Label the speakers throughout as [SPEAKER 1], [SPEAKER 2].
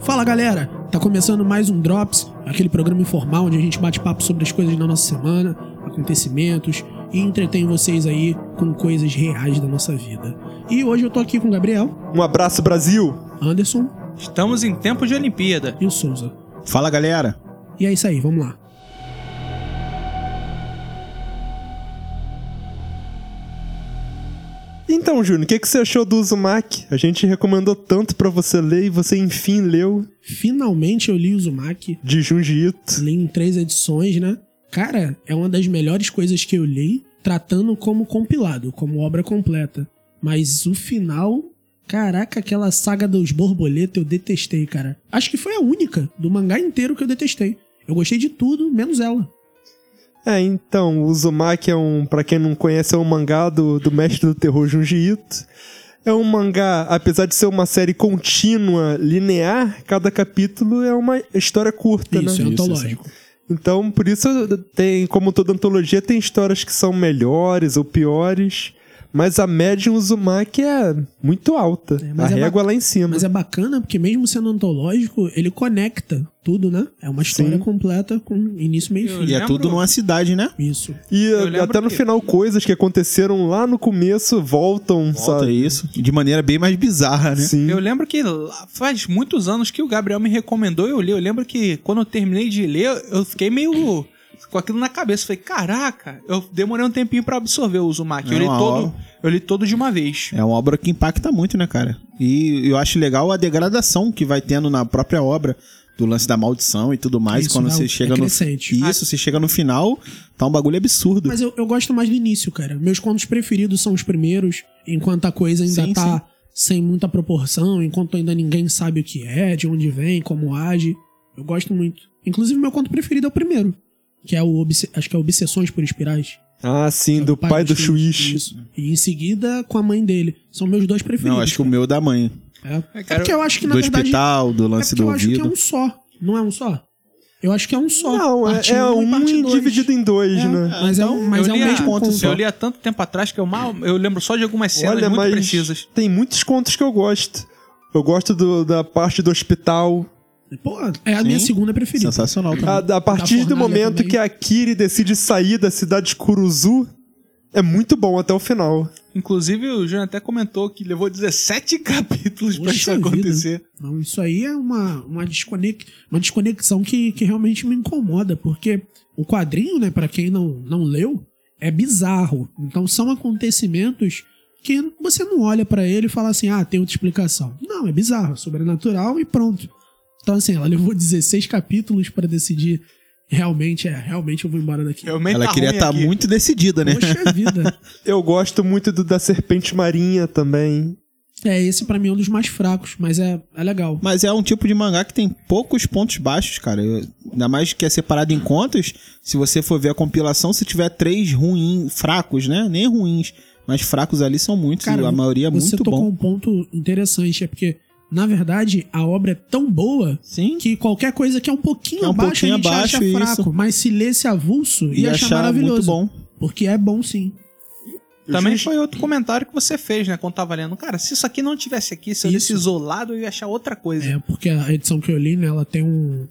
[SPEAKER 1] Fala galera, tá começando mais um Drops, aquele programa informal onde a gente bate papo sobre as coisas da nossa semana, acontecimentos e entretém vocês aí com coisas reais da nossa vida. E hoje eu tô aqui com o Gabriel,
[SPEAKER 2] Um abraço, Brasil!
[SPEAKER 1] Anderson
[SPEAKER 3] Estamos em tempo de Olimpíada.
[SPEAKER 1] e o Souza.
[SPEAKER 2] Fala, galera!
[SPEAKER 1] E é isso aí, vamos lá.
[SPEAKER 2] Então, Júnior, o que, que você achou do Uzumaki? A gente recomendou tanto pra você ler e você, enfim, leu
[SPEAKER 1] Finalmente eu li o Uzumaki,
[SPEAKER 2] de Junji Ito.
[SPEAKER 1] li em três edições, né? Cara, é uma das melhores coisas que eu li, tratando como compilado, como obra completa. Mas o final, caraca, aquela saga dos borboletas eu detestei, cara. Acho que foi a única do mangá inteiro que eu detestei. Eu gostei de tudo, menos ela.
[SPEAKER 2] É, então, o Uzumaki é um, pra quem não conhece, é um mangá do, do mestre do terror Junji Ito. É um mangá, apesar de ser uma série contínua, linear, cada capítulo é uma história curta, né?
[SPEAKER 1] Isso, é antológico.
[SPEAKER 2] Então, por isso tem, como toda antologia, tem histórias que são melhores ou piores, mas a média em Uzumaki é muito alta.
[SPEAKER 1] É,
[SPEAKER 2] a
[SPEAKER 1] mas é
[SPEAKER 2] régua é lá em cima.
[SPEAKER 1] Mas é bacana porque mesmo sendo antológico, ele conecta tudo, né? É uma história
[SPEAKER 2] Sim.
[SPEAKER 1] completa com início, meio e fim.
[SPEAKER 3] Eu
[SPEAKER 4] E é
[SPEAKER 3] lembro-
[SPEAKER 4] tudo numa cidade, né?
[SPEAKER 1] Isso.
[SPEAKER 2] E eh,
[SPEAKER 3] Eu lembro
[SPEAKER 2] até no
[SPEAKER 3] que-
[SPEAKER 2] final coisas que aconteceram lá no começo voltam,
[SPEAKER 4] Volta
[SPEAKER 2] sabe?
[SPEAKER 4] é isso. De maneira bem mais bizarra, né?
[SPEAKER 2] Sim.
[SPEAKER 3] Eu lembro que lá- faz muitos anos que o Gabriel me recomendou e eu li. Eu lembro que quando eu terminei de ler, eu fiquei meio com aquilo na cabeça. Falei, caraca, eu demorei um tempinho pra absorver o Uzumaki. Eu
[SPEAKER 4] É
[SPEAKER 3] li,
[SPEAKER 4] uma
[SPEAKER 3] todo,
[SPEAKER 4] obra.
[SPEAKER 3] eu li todo de uma vez.
[SPEAKER 4] É uma obra que impacta muito, né, cara? E eu acho legal a degradação que vai tendo na própria obra do lance da maldição e tudo mais.
[SPEAKER 1] Isso,
[SPEAKER 4] quando
[SPEAKER 1] né?
[SPEAKER 4] você
[SPEAKER 1] É
[SPEAKER 4] chega no
[SPEAKER 1] crescente.
[SPEAKER 4] isso, você chega no final, tá um bagulho absurdo.
[SPEAKER 1] Mas eu, eu gosto mais do início, cara. Meus contos preferidos são os primeiros, enquanto a coisa ainda
[SPEAKER 4] Sim,
[SPEAKER 1] tá sem muita proporção, enquanto ainda ninguém sabe o que é, de onde vem, como age. Eu gosto muito. Inclusive, meu conto preferido é o primeiro. Que é o. Obse- Acho que é Obsessões por Espirais.
[SPEAKER 2] Ah, sim,
[SPEAKER 1] um
[SPEAKER 2] do pai do Shuichi.
[SPEAKER 1] Isso. E em seguida com a mãe dele. São meus dois preferidos.
[SPEAKER 4] Não, acho que o meu da mãe.
[SPEAKER 1] É,
[SPEAKER 3] É,
[SPEAKER 1] É
[SPEAKER 3] cara,
[SPEAKER 1] porque eu acho que, na
[SPEAKER 4] do
[SPEAKER 1] verdade.
[SPEAKER 4] hospital, do
[SPEAKER 1] é
[SPEAKER 4] lance
[SPEAKER 1] porque
[SPEAKER 4] do
[SPEAKER 1] eu acho que é
[SPEAKER 4] ouvido.
[SPEAKER 1] um só. Não é um só? Eu acho que é um só.
[SPEAKER 2] Não, é,
[SPEAKER 1] Parte
[SPEAKER 2] é
[SPEAKER 1] um e
[SPEAKER 2] um
[SPEAKER 1] parte dois.
[SPEAKER 2] dividido em dois, né?
[SPEAKER 1] Mas é, um, mas é
[SPEAKER 3] Então, eu
[SPEAKER 1] o
[SPEAKER 3] li a- assim,
[SPEAKER 1] mesmo
[SPEAKER 4] ponto
[SPEAKER 1] conto.
[SPEAKER 4] só.
[SPEAKER 3] Eu li há tanto tempo atrás que eu mal. Eu lembro só de algumas cenas
[SPEAKER 2] Olha,
[SPEAKER 3] muito
[SPEAKER 2] mas
[SPEAKER 3] precisas.
[SPEAKER 2] tem muitos contos que eu gosto. Eu gosto do- da parte do hospital.
[SPEAKER 1] Pô, é a minha
[SPEAKER 4] Sim.
[SPEAKER 1] segunda preferida.
[SPEAKER 4] Sensacional também.
[SPEAKER 2] A, a partir do
[SPEAKER 1] fornalha
[SPEAKER 2] momento
[SPEAKER 1] também.
[SPEAKER 2] que a Kiri decide sair da cidade de Kuruzu, é muito bom até o final.
[SPEAKER 3] Inclusive, o Júnior até comentou que levou 17 capítulos pra
[SPEAKER 1] Puxa
[SPEAKER 3] isso
[SPEAKER 1] vida.
[SPEAKER 3] acontecer.
[SPEAKER 1] Não, isso aí é uma, uma, desconex, uma desconexão que, que realmente me incomoda, porque o quadrinho, né, para quem não, não leu, é bizarro. Então são acontecimentos que você não olha pra ele e fala assim, ah, tem outra explicação. Não, é bizarro, é sobrenatural e pronto. Então assim, ela levou 16 capítulos pra decidir realmente, é, realmente eu vou embora daqui.
[SPEAKER 3] Realmente
[SPEAKER 4] Ela
[SPEAKER 3] tá
[SPEAKER 4] queria
[SPEAKER 3] ruim
[SPEAKER 4] estar
[SPEAKER 3] aqui.
[SPEAKER 4] muito decidida, né?
[SPEAKER 1] Poxa vida.
[SPEAKER 2] Eu gosto muito do da Serpente Marinha também.
[SPEAKER 1] É, esse pra mim é um dos mais fracos, mas é, é legal.
[SPEAKER 4] Mas é um tipo de mangá que tem poucos pontos baixos, cara. Eu- Ainda mais que é separado em contas. Se você for ver a compilação, se tiver três ruins, fracos, né? Nem ruins, mas fracos ali são muitos.
[SPEAKER 1] Cara,
[SPEAKER 4] a maioria é
[SPEAKER 1] Você
[SPEAKER 4] muito
[SPEAKER 1] tocou
[SPEAKER 4] bom.
[SPEAKER 1] um ponto interessante, é porque, na verdade, a obra é tão boa
[SPEAKER 4] Sim.
[SPEAKER 1] que qualquer coisa que é um pouquinho
[SPEAKER 4] É um
[SPEAKER 1] abaixo a
[SPEAKER 4] pouquinho
[SPEAKER 1] gente
[SPEAKER 4] abaixo,
[SPEAKER 1] acha
[SPEAKER 4] isso.
[SPEAKER 1] fraco, mas se lê esse avulso,
[SPEAKER 4] E
[SPEAKER 1] ia achar,
[SPEAKER 4] achar
[SPEAKER 1] maravilhoso.
[SPEAKER 4] muito bom.
[SPEAKER 1] Porque é bom sim.
[SPEAKER 3] Também
[SPEAKER 2] Justo.
[SPEAKER 3] foi outro comentário que você fez, né? Quando tava lendo. Cara, se isso aqui não tivesse aqui, se eu
[SPEAKER 1] Isso.
[SPEAKER 3] desse isolado, eu ia achar outra coisa.
[SPEAKER 1] É, porque a edição que eu li, né, ela tem um,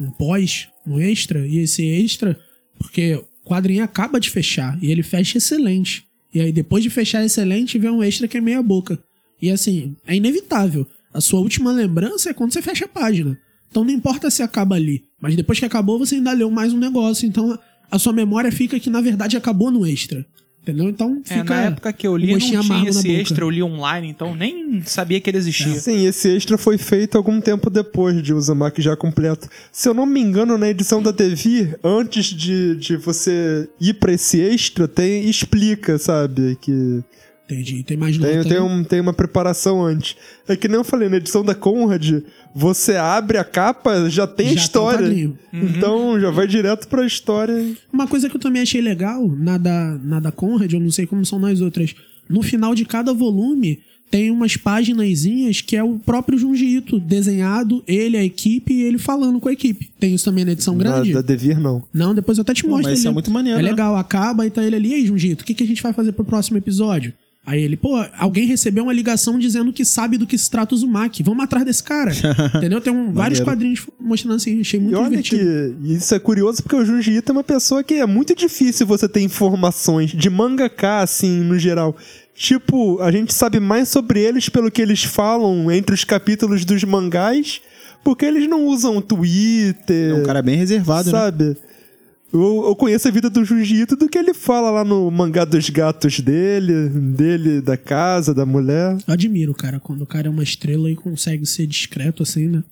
[SPEAKER 1] um pós, um extra, e esse extra, porque o quadrinho acaba de fechar, e ele fecha excelente. E aí, depois de fechar excelente, vem um extra que é meia boca. E assim, é inevitável. A sua última lembrança é quando você fecha a página. Então não importa se acaba ali. Mas depois que acabou, você ainda leu mais um negócio. Então a sua memória fica que, na verdade, acabou no extra. Entendeu? Então
[SPEAKER 3] É,
[SPEAKER 1] fica.
[SPEAKER 3] na época que eu
[SPEAKER 1] um
[SPEAKER 3] li, não
[SPEAKER 1] gostinho
[SPEAKER 3] tinha
[SPEAKER 1] amargo na
[SPEAKER 3] esse
[SPEAKER 1] boca.
[SPEAKER 3] extra, eu li online, então nem sabia que ele
[SPEAKER 1] É.
[SPEAKER 3] existia.
[SPEAKER 2] Sim, esse extra foi feito algum tempo depois de Uzumaki já completo. Se eu não me engano, na edição da TV, antes de, de você ir pra esse extra, tem explica, sabe? Que
[SPEAKER 1] Entendi. Tem mais
[SPEAKER 2] tem,
[SPEAKER 1] nota.
[SPEAKER 2] tem,
[SPEAKER 1] né?
[SPEAKER 2] um, tem uma preparação antes. É que nem eu falei, na edição da Conrad, você abre a capa, já tem
[SPEAKER 1] Já tá
[SPEAKER 2] a história.
[SPEAKER 1] quadrinho.
[SPEAKER 2] Então já vai direto pra história.
[SPEAKER 1] Uma coisa que eu também achei legal, na da, na da Conrad, eu não sei como são nas outras, no final de cada volume tem umas paginazinhas que é o próprio Junji Ito desenhado, ele, a equipe e ele falando com a equipe. Tem isso também na edição grande?
[SPEAKER 2] Da, da Devir, não.
[SPEAKER 1] Não, depois eu até te
[SPEAKER 4] Pô,
[SPEAKER 1] mostro.
[SPEAKER 4] mas isso
[SPEAKER 1] ali.
[SPEAKER 4] é muito maneiro,
[SPEAKER 1] É
[SPEAKER 4] né?
[SPEAKER 1] legal, acaba e tá ele ali. E aí, Junji Ito, o que, que a gente vai fazer pro próximo episódio? Aí ele, pô, alguém recebeu uma ligação dizendo que sabe do que se trata o Uzumaki. Vamos atrás desse cara. Entendeu? Tem um- vários
[SPEAKER 4] Maneiro.
[SPEAKER 1] quadrinhos mostrando assim. Achei muito
[SPEAKER 2] E olha
[SPEAKER 1] divertido.
[SPEAKER 2] que isso é curioso porque o Junji Ito é uma pessoa que é muito difícil você ter informações de mangaká, assim, no geral. Tipo, a gente sabe mais sobre eles pelo que eles falam entre os capítulos dos mangás, porque eles não usam Twitter,
[SPEAKER 4] É um cara bem reservado, né?
[SPEAKER 2] sabe? Eu, eu conheço a vida do Junji Ito do que ele fala lá no mangá dos gatos dele, dele, da casa, da mulher.
[SPEAKER 1] Eu admiro, cara, quando o cara é uma estrela e consegue ser discreto assim, né?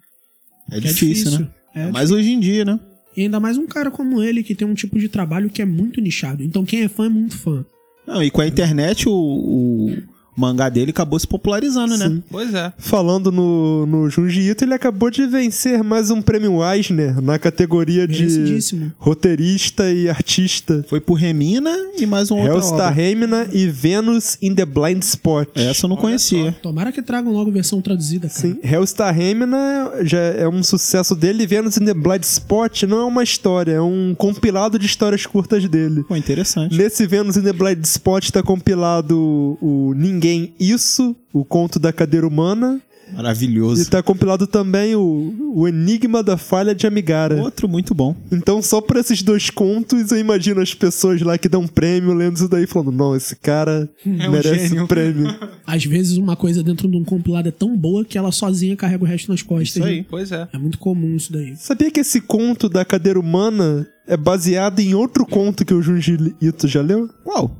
[SPEAKER 4] É
[SPEAKER 1] Que
[SPEAKER 4] difícil, né?
[SPEAKER 1] É,
[SPEAKER 4] Mas hoje em dia, né?
[SPEAKER 1] E ainda mais um cara como ele, que tem um tipo de trabalho que é muito nichado. Então quem é fã é muito fã.
[SPEAKER 4] Não, e com a internet o, o mangá dele acabou se popularizando, né?
[SPEAKER 3] Pois é.
[SPEAKER 2] Falando no, no Junji Ito, ele acabou de vencer mais um prêmio Eisner na categoria de
[SPEAKER 1] Merecidíssimo.
[SPEAKER 2] roteirista e artista.
[SPEAKER 4] Foi por Remina e mais um outro.
[SPEAKER 2] Hellstar Remina e Venus in the Blind Spot.
[SPEAKER 4] É Essa eu não conhecia.
[SPEAKER 1] Tomara que tragam logo versão traduzida, cara.
[SPEAKER 2] Sim, Hellstar Remina já é um sucesso dele. e Venus in the Blind Spot não é uma história, é um compilado de histórias curtas dele.
[SPEAKER 4] Pô, interessante.
[SPEAKER 2] Nesse Venus in the Blind Spot tá compilado o Ninguém Isso, o conto da cadeira humana. E
[SPEAKER 4] Maravilhoso.
[SPEAKER 2] tá compilado também o, o Enigma da Falha de Amigara.
[SPEAKER 4] Outro muito bom.
[SPEAKER 2] Então, só por esses dois contos, eu imagino as pessoas lá que dão prêmio lendo isso daí, falando: não, esse cara
[SPEAKER 3] um
[SPEAKER 2] merece um
[SPEAKER 3] gênio."
[SPEAKER 2] prêmio.
[SPEAKER 1] Às vezes uma coisa dentro de um compilado é tão boa que ela sozinha carrega o resto nas costas.
[SPEAKER 4] Isso aí.
[SPEAKER 1] né?
[SPEAKER 3] Pois é.
[SPEAKER 1] É muito comum isso daí.
[SPEAKER 2] Sabia que esse conto da cadeira humana é baseado em outro conto que o Junji Ito já leu?
[SPEAKER 4] Qual?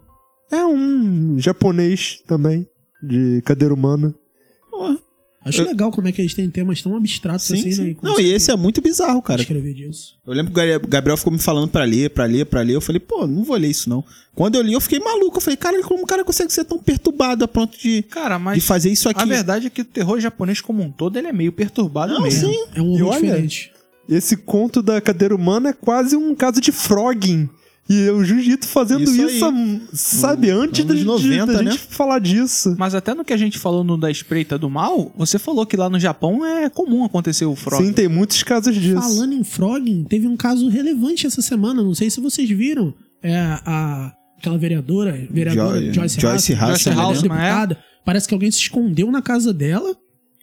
[SPEAKER 2] É um japonês também, de cadeira humana.
[SPEAKER 1] Acho legal como é que eles têm temas tão abstratos
[SPEAKER 4] Sim,
[SPEAKER 1] assim,
[SPEAKER 4] sim.
[SPEAKER 1] né? E
[SPEAKER 4] Não, e esse é muito bizarro, cara.
[SPEAKER 1] Escrever disso.
[SPEAKER 4] Eu lembro que o Gari- Gabriel ficou me falando pra ler, pra ler, pra ler. Eu falei, pô, não vou ler isso não. Quando eu li, eu fiquei maluco. Eu falei, cara, como o cara consegue ser tão perturbado a ponto de,
[SPEAKER 3] Cara,
[SPEAKER 4] de
[SPEAKER 3] mas
[SPEAKER 4] fazer isso aqui?
[SPEAKER 3] a verdade é que o terror japonês como um todo, ele é meio perturbado
[SPEAKER 4] Não,
[SPEAKER 3] mesmo.
[SPEAKER 4] sim.
[SPEAKER 1] É um
[SPEAKER 2] E
[SPEAKER 1] horror
[SPEAKER 2] olha-
[SPEAKER 1] diferente.
[SPEAKER 2] Esse conto da cadeira humana é quase um caso de frogging. E é o Junji Ito fazendo
[SPEAKER 4] Isso
[SPEAKER 2] isso,
[SPEAKER 4] aí. Hum,
[SPEAKER 2] há- sabe, antes da,
[SPEAKER 4] anos
[SPEAKER 2] de-
[SPEAKER 4] 90,
[SPEAKER 2] da gente
[SPEAKER 4] né?
[SPEAKER 2] falar disso.
[SPEAKER 3] Mas até no que a gente falou no da espreita do mal, você falou que lá no Japão é comum acontecer o frog.
[SPEAKER 2] Sim, tem muitos casos disso.
[SPEAKER 1] Falando em Frogging, teve um caso relevante essa semana. Não sei se vocês viram. É a, aquela vereadora, vereadora
[SPEAKER 4] Jo-
[SPEAKER 1] Joyce,
[SPEAKER 4] Joyce
[SPEAKER 1] Hasselman,
[SPEAKER 4] Hasselman,
[SPEAKER 1] né?
[SPEAKER 3] Joyce Hasselman, é.
[SPEAKER 1] deputada. Parece que alguém se escondeu na casa dela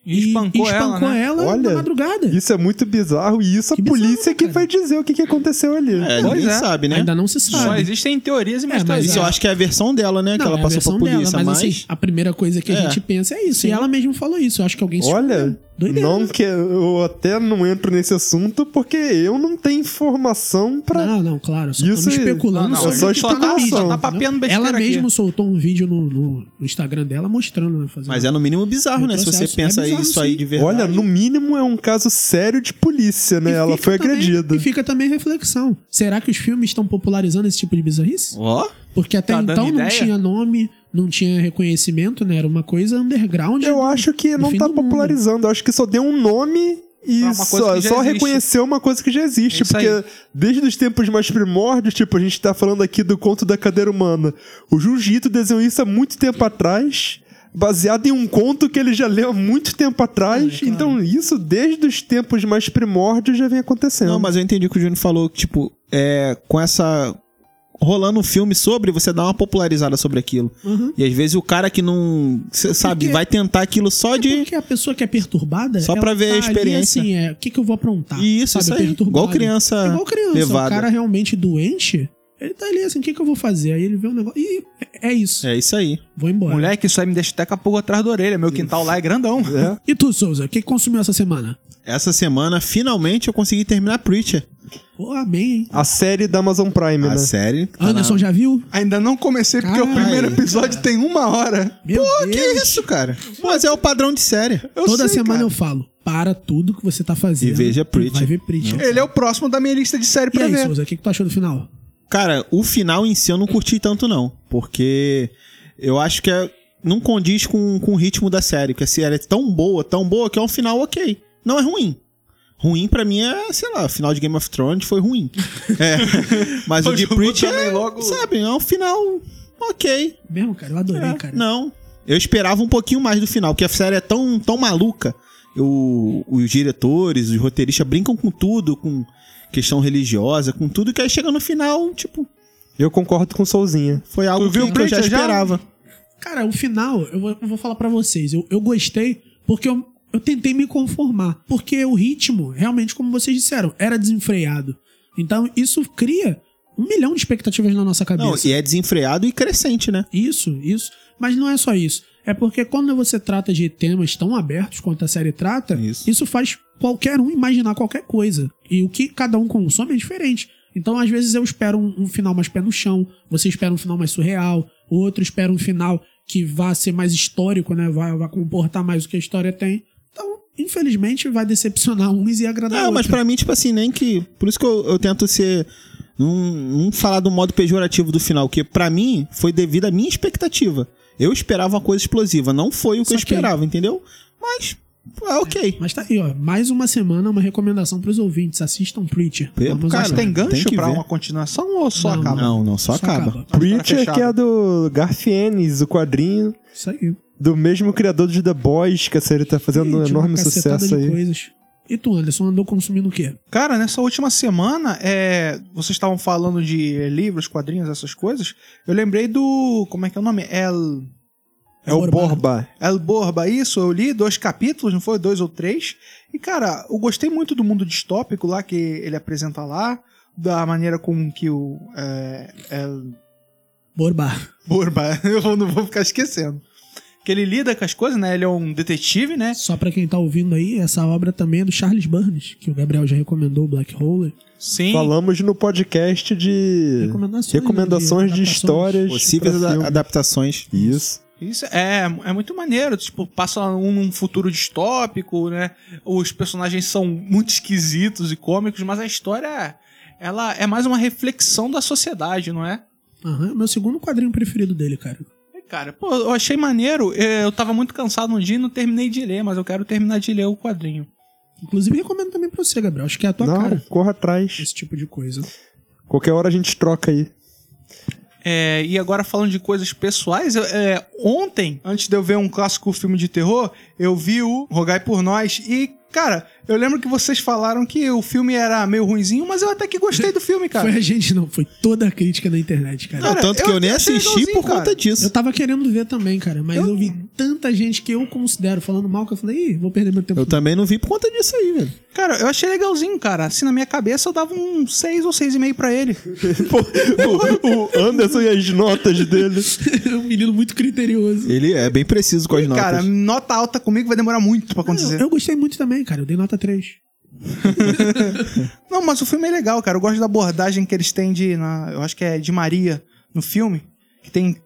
[SPEAKER 3] E espancou,
[SPEAKER 1] e espancou
[SPEAKER 3] ela, né?
[SPEAKER 1] ela,
[SPEAKER 2] Olha,
[SPEAKER 1] na madrugada.
[SPEAKER 2] Isso é muito bizarro e isso
[SPEAKER 1] Que
[SPEAKER 2] a
[SPEAKER 1] bizarro,
[SPEAKER 2] polícia que
[SPEAKER 1] cara.
[SPEAKER 2] vai dizer o que, que aconteceu ali.
[SPEAKER 4] É,
[SPEAKER 3] Pois
[SPEAKER 4] ninguém
[SPEAKER 3] é.
[SPEAKER 4] sabe, né?
[SPEAKER 1] Ainda não se
[SPEAKER 3] Só
[SPEAKER 1] sabe.
[SPEAKER 3] Ah, existem teorias e mais
[SPEAKER 1] É, mas
[SPEAKER 3] teorias.
[SPEAKER 4] Isso eu acho que é a versão dela, né? que
[SPEAKER 1] Não,
[SPEAKER 4] ela
[SPEAKER 1] é a
[SPEAKER 4] passou pra
[SPEAKER 1] versão
[SPEAKER 4] polícia,
[SPEAKER 1] dela,
[SPEAKER 4] mas...
[SPEAKER 1] mas, assim, a primeira coisa que
[SPEAKER 4] É.
[SPEAKER 1] a gente pensa é isso. E ela mesma falou isso. Eu acho que alguém se
[SPEAKER 2] Olha,
[SPEAKER 1] escondeu. Doideira.
[SPEAKER 2] não que eu até não entro nesse assunto porque eu não tenho informação pra.
[SPEAKER 1] Não, não, claro. eu Só
[SPEAKER 2] Isso
[SPEAKER 1] estamos
[SPEAKER 2] aí.
[SPEAKER 1] especulando
[SPEAKER 3] Não, não,
[SPEAKER 1] sobre
[SPEAKER 2] só
[SPEAKER 1] o que tá na
[SPEAKER 2] especulação.
[SPEAKER 1] mídia,
[SPEAKER 2] Só tá
[SPEAKER 1] entendeu?
[SPEAKER 3] papeando besteira
[SPEAKER 1] Ela
[SPEAKER 3] aqui.
[SPEAKER 1] mesma soltou um vídeo no, no- no Instagram dela mostrando, né? Fazendo
[SPEAKER 4] Mas é no mínimo bizarro, né? Se você
[SPEAKER 1] Retrocesso.
[SPEAKER 4] pensa
[SPEAKER 1] É bizarro,
[SPEAKER 4] isso aí
[SPEAKER 1] sim.
[SPEAKER 4] de verdade.
[SPEAKER 2] Olha, no mínimo é um caso sério de polícia, né?
[SPEAKER 1] E
[SPEAKER 2] Ela
[SPEAKER 1] fica
[SPEAKER 2] foi
[SPEAKER 1] também-
[SPEAKER 2] agredida.
[SPEAKER 1] E fica também reflexão. Será que os filmes estão popularizando esse tipo de bizarrice?
[SPEAKER 4] Ó,
[SPEAKER 1] Porque até
[SPEAKER 3] Tá dando
[SPEAKER 1] então não
[SPEAKER 3] ideia?
[SPEAKER 1] tinha nome, não tinha reconhecimento, né? Era uma coisa underground.
[SPEAKER 2] Eu acho que
[SPEAKER 1] no
[SPEAKER 2] não
[SPEAKER 1] fim
[SPEAKER 2] tá
[SPEAKER 1] do mundo.
[SPEAKER 2] popularizando. Eu acho que só deu um nome e
[SPEAKER 3] Pra uma coisa
[SPEAKER 2] só,
[SPEAKER 3] que já
[SPEAKER 2] só
[SPEAKER 3] existe.
[SPEAKER 2] reconheceu uma coisa que já existe.
[SPEAKER 3] É isso
[SPEAKER 2] porque
[SPEAKER 3] aí.
[SPEAKER 2] desde os tempos mais primórdios, tipo, a gente tá falando aqui do conto da cadeira humana. O Jujito desenhou isso há muito tempo atrás. Baseado em um conto que ele já leu há muito tempo atrás.
[SPEAKER 1] É, claro.
[SPEAKER 2] Então, isso desde os tempos mais primórdios já vem acontecendo.
[SPEAKER 4] não, mas eu entendi o que o Júnior falou, que, tipo, é, com essa... Rolando um filme sobre, você dá uma popularizada sobre aquilo.
[SPEAKER 1] Uhum.
[SPEAKER 4] E às vezes o cara que não... cê sabe,
[SPEAKER 1] Porque-
[SPEAKER 4] vai tentar aquilo só
[SPEAKER 1] É
[SPEAKER 4] de...
[SPEAKER 1] porque a pessoa que é perturbada.
[SPEAKER 4] Só
[SPEAKER 1] ela
[SPEAKER 4] pra ver a
[SPEAKER 1] tá
[SPEAKER 4] experiência.
[SPEAKER 1] Ali, assim, é, o que, que eu vou aprontar?
[SPEAKER 4] E isso,
[SPEAKER 1] sabe?
[SPEAKER 4] isso aí.
[SPEAKER 1] Perturbado. É
[SPEAKER 4] Igual criança...
[SPEAKER 1] Igual criança.
[SPEAKER 4] levada.
[SPEAKER 1] O cara realmente doente, ele tá ali assim: o que, que eu vou fazer? Aí ele vê um negócio. Ih, é é isso.
[SPEAKER 4] É isso aí.
[SPEAKER 1] Vou embora.
[SPEAKER 3] Moleque, isso aí me deixa até com a pulga atrás da orelha. Meu quintal lá é grandão.
[SPEAKER 2] É.
[SPEAKER 1] E tu, Souza, o que que consumiu essa semana?
[SPEAKER 4] Essa semana, finalmente, eu consegui terminar Preacher.
[SPEAKER 1] Oh, amém, hein?
[SPEAKER 2] A série da Amazon Prime,
[SPEAKER 4] A
[SPEAKER 2] né?
[SPEAKER 4] série. tá
[SPEAKER 1] Anderson já viu?
[SPEAKER 3] Ainda não comecei porque
[SPEAKER 1] Caralho.
[SPEAKER 3] o primeiro episódio tem uma hora.
[SPEAKER 1] Meu
[SPEAKER 4] na- Que
[SPEAKER 1] Deus.
[SPEAKER 4] isso, cara? Mas é o padrão de série.
[SPEAKER 3] Eu
[SPEAKER 1] Toda
[SPEAKER 3] sei,
[SPEAKER 1] semana
[SPEAKER 3] cara.
[SPEAKER 1] é? eu falo, para tudo que você tá fazendo.
[SPEAKER 4] E veja Preacher.
[SPEAKER 1] Vai ver Preacher.
[SPEAKER 3] Ele é o próximo da minha lista de série
[SPEAKER 1] E é
[SPEAKER 3] pra
[SPEAKER 1] aí,
[SPEAKER 3] ver.
[SPEAKER 1] Souza, o que, que tu achou do final?
[SPEAKER 4] Cara, o final em si eu não curti tanto, não. Porque eu acho que é- não condiz com, com o ritmo da série. Porque a série é tão boa, tão boa, que é um final ok. Não é ruim. Ruim pra mim é, sei lá, o final de Game of Thrones foi ruim. É. Mas o
[SPEAKER 3] Eu
[SPEAKER 4] de
[SPEAKER 3] vou
[SPEAKER 4] Preacher,
[SPEAKER 3] também
[SPEAKER 4] é,
[SPEAKER 3] logo-
[SPEAKER 4] sabe, é um final ok.
[SPEAKER 1] Mesmo, cara, eu
[SPEAKER 3] É,
[SPEAKER 1] adorei, cara.
[SPEAKER 4] Não. Eu esperava um pouquinho mais do final, porque a série é tão, tão maluca. Eu- os diretores, os roteiristas brincam com tudo, com questão religiosa, com tudo, que aí chega no final, tipo,
[SPEAKER 2] Eu concordo com Solzinha.
[SPEAKER 4] foi algo
[SPEAKER 3] Tu viu
[SPEAKER 4] que,
[SPEAKER 3] o
[SPEAKER 4] que eu já
[SPEAKER 3] Preacher já?
[SPEAKER 4] esperava.
[SPEAKER 1] Cara, o final, eu vou, eu vou falar pra vocês. Eu, eu gostei porque eu, eu tentei me conformar. Porque o ritmo, realmente, como vocês disseram, era desenfreado. Então, isso cria um milhão de expectativas na nossa cabeça.
[SPEAKER 4] Não, e é desenfreado e crescente, né?
[SPEAKER 1] Isso, isso. Mas não é só isso. É porque quando você trata de temas tão abertos quanto a série trata,
[SPEAKER 4] Isso.
[SPEAKER 1] faz qualquer um imaginar qualquer coisa. E o que cada um consome é diferente. Então, às vezes, eu espero um, um final mais pé no chão, você espera um final mais surreal, o outro espera um final que vá ser mais histórico, né? Vai, vai comportar mais o que a história tem. Então, infelizmente, vai decepcionar uns e agradar
[SPEAKER 4] Não, mas
[SPEAKER 1] outros.
[SPEAKER 4] pra mim, tipo assim, nem que. Por isso que eu, eu tento ser. Não, não falar do modo pejorativo do final, que pra mim foi devido à minha expectativa. Eu esperava uma coisa explosiva, não foi o que eu
[SPEAKER 1] Saquei.
[SPEAKER 4] esperava, entendeu? Mas. É ok.
[SPEAKER 1] Mas tá aí, ó. Mais uma semana, uma recomendação pros ouvintes. Assistam Preacher.
[SPEAKER 4] Pê,
[SPEAKER 1] Vamos
[SPEAKER 4] cara,
[SPEAKER 3] Mas
[SPEAKER 1] achar.
[SPEAKER 3] tem
[SPEAKER 4] tem
[SPEAKER 3] gancho
[SPEAKER 4] que
[SPEAKER 3] pra
[SPEAKER 4] ver.
[SPEAKER 3] uma continuação ou só
[SPEAKER 1] Não,
[SPEAKER 3] acaba?
[SPEAKER 4] Não, não, só,
[SPEAKER 1] Só
[SPEAKER 4] acaba.
[SPEAKER 2] Preacher,
[SPEAKER 3] fechado.
[SPEAKER 2] que é do Garfienes, o quadrinho
[SPEAKER 1] Isso aí.
[SPEAKER 2] do mesmo criador de The Boys, que a série tá fazendo um
[SPEAKER 1] Gente, uma
[SPEAKER 2] enorme
[SPEAKER 1] cacetada
[SPEAKER 2] sucesso
[SPEAKER 1] de
[SPEAKER 2] aí.
[SPEAKER 1] coisas. E tu, Anderson, andou consumindo o quê?
[SPEAKER 3] Cara, nessa última semana, é, vocês estavam falando de livros, quadrinhos, essas coisas. Eu lembrei do. Como é que é o nome? El.
[SPEAKER 2] É o Borba.
[SPEAKER 3] El Borba, isso, eu li dois capítulos, não foi? Dois ou três. E, cara, eu gostei muito do mundo distópico lá que ele apresenta lá, da maneira com que o é, El
[SPEAKER 1] Borba.
[SPEAKER 3] Borba, eu vou- não vou ficar esquecendo. Que ele lida com as coisas, né? Ele é um detetive, né?
[SPEAKER 1] Só pra quem tá ouvindo aí, essa obra também é do Charles Burns, que o Gabriel já recomendou, o Black Hole.
[SPEAKER 3] Sim.
[SPEAKER 2] Falamos no podcast de
[SPEAKER 1] Recomendações,
[SPEAKER 2] É.
[SPEAKER 1] né,
[SPEAKER 2] recomendações de
[SPEAKER 1] adaptações.
[SPEAKER 2] histórias.
[SPEAKER 4] Possíveis
[SPEAKER 2] pra
[SPEAKER 4] ada-
[SPEAKER 2] filme.
[SPEAKER 4] adaptações.
[SPEAKER 2] Isso.
[SPEAKER 3] Isso é, é muito maneiro, tipo, passa um, um futuro distópico, né? Os personagens são muito esquisitos e cômicos, mas a história ela é mais uma reflexão da sociedade, não é?
[SPEAKER 1] Aham, é o meu segundo quadrinho preferido dele, cara.
[SPEAKER 3] É, Cara, pô, eu achei maneiro. é, Eu tava muito cansado um dia e não terminei de ler, mas eu quero terminar de ler o quadrinho.
[SPEAKER 1] Inclusive, recomendo também pra você, Gabriel. Acho que é a tua
[SPEAKER 2] Não,
[SPEAKER 1] cara
[SPEAKER 2] corra atrás.
[SPEAKER 1] esse tipo de coisa.
[SPEAKER 2] Qualquer hora a gente troca aí.
[SPEAKER 3] É, e agora falando de coisas pessoais, eu- é, ontem, antes de eu ver um clássico filme de terror, eu vi o Rogai por Nós e, cara, eu lembro que vocês falaram que o filme era meio ruinzinho, mas eu até que gostei do filme,
[SPEAKER 2] Tá.
[SPEAKER 3] cara.
[SPEAKER 1] Foi a gente, não. Foi toda a crítica na internet, cara.
[SPEAKER 4] Não,
[SPEAKER 3] Cara,
[SPEAKER 4] tanto que
[SPEAKER 3] eu
[SPEAKER 4] eu, nem
[SPEAKER 3] achei
[SPEAKER 4] assisti
[SPEAKER 3] legalzinho,
[SPEAKER 4] por
[SPEAKER 3] cara.
[SPEAKER 4] conta disso.
[SPEAKER 1] Eu tava querendo ver também, cara, mas eu, vi tanta gente que eu considero falando mal que eu falei, ih, vou perder meu tempo.
[SPEAKER 4] Eu também não vi por conta disso aí, velho.
[SPEAKER 3] Cara, eu achei legalzinho, cara. Assim, na minha cabeça, eu dava um 6 ou 6,5 pra ele.
[SPEAKER 2] o, o Anderson e as notas dele.
[SPEAKER 1] É um menino muito criterioso.
[SPEAKER 4] Ele é bem preciso com as notas.
[SPEAKER 3] Cara, nota alta comigo vai demorar muito pra
[SPEAKER 1] Eu,
[SPEAKER 3] acontecer.
[SPEAKER 1] eu gostei muito também, cara. Eu dei nota 3.
[SPEAKER 3] Não, mas o filme é legal, cara. Eu gosto da abordagem que eles têm de. na- eu acho que é de Maria no filme. Que tem.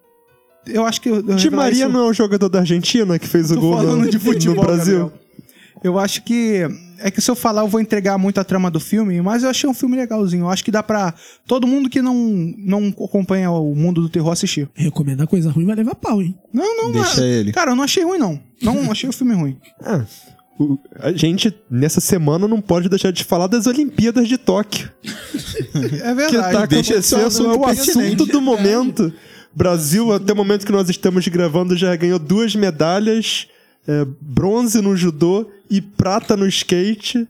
[SPEAKER 3] Eu acho que. eu- eu
[SPEAKER 2] Di
[SPEAKER 3] revelar
[SPEAKER 2] Maria
[SPEAKER 3] isso-
[SPEAKER 2] não é o jogador da Argentina que fez o
[SPEAKER 3] Tô
[SPEAKER 2] gol
[SPEAKER 3] falando
[SPEAKER 2] no,
[SPEAKER 3] de futebol,
[SPEAKER 2] no Brasil?
[SPEAKER 3] Gabriel. Eu acho que. É que se eu falar, eu vou entregar muito a trama do filme, mas eu achei um filme legalzinho. Eu acho que dá pra todo mundo que não, não acompanha o mundo do terror assistir.
[SPEAKER 1] Recomendar coisa ruim vai levar pau, hein?
[SPEAKER 3] Não, não,
[SPEAKER 4] Deixa
[SPEAKER 3] não-
[SPEAKER 4] ele.
[SPEAKER 3] Cara, eu não achei ruim, não. Não achei o filme ruim.
[SPEAKER 2] Ah, o- a gente, nessa semana, não pode deixar de falar das Olimpíadas de Tóquio.
[SPEAKER 3] É
[SPEAKER 2] Que
[SPEAKER 3] verdade.
[SPEAKER 2] tá
[SPEAKER 4] deixa esse
[SPEAKER 2] acontecendo,
[SPEAKER 4] assunto
[SPEAKER 2] é o
[SPEAKER 4] pertinente.
[SPEAKER 2] assunto do momento. Brasil, até o momento que nós estamos gravando, já ganhou duas medalhas: é, bronze no judô e prata no skate.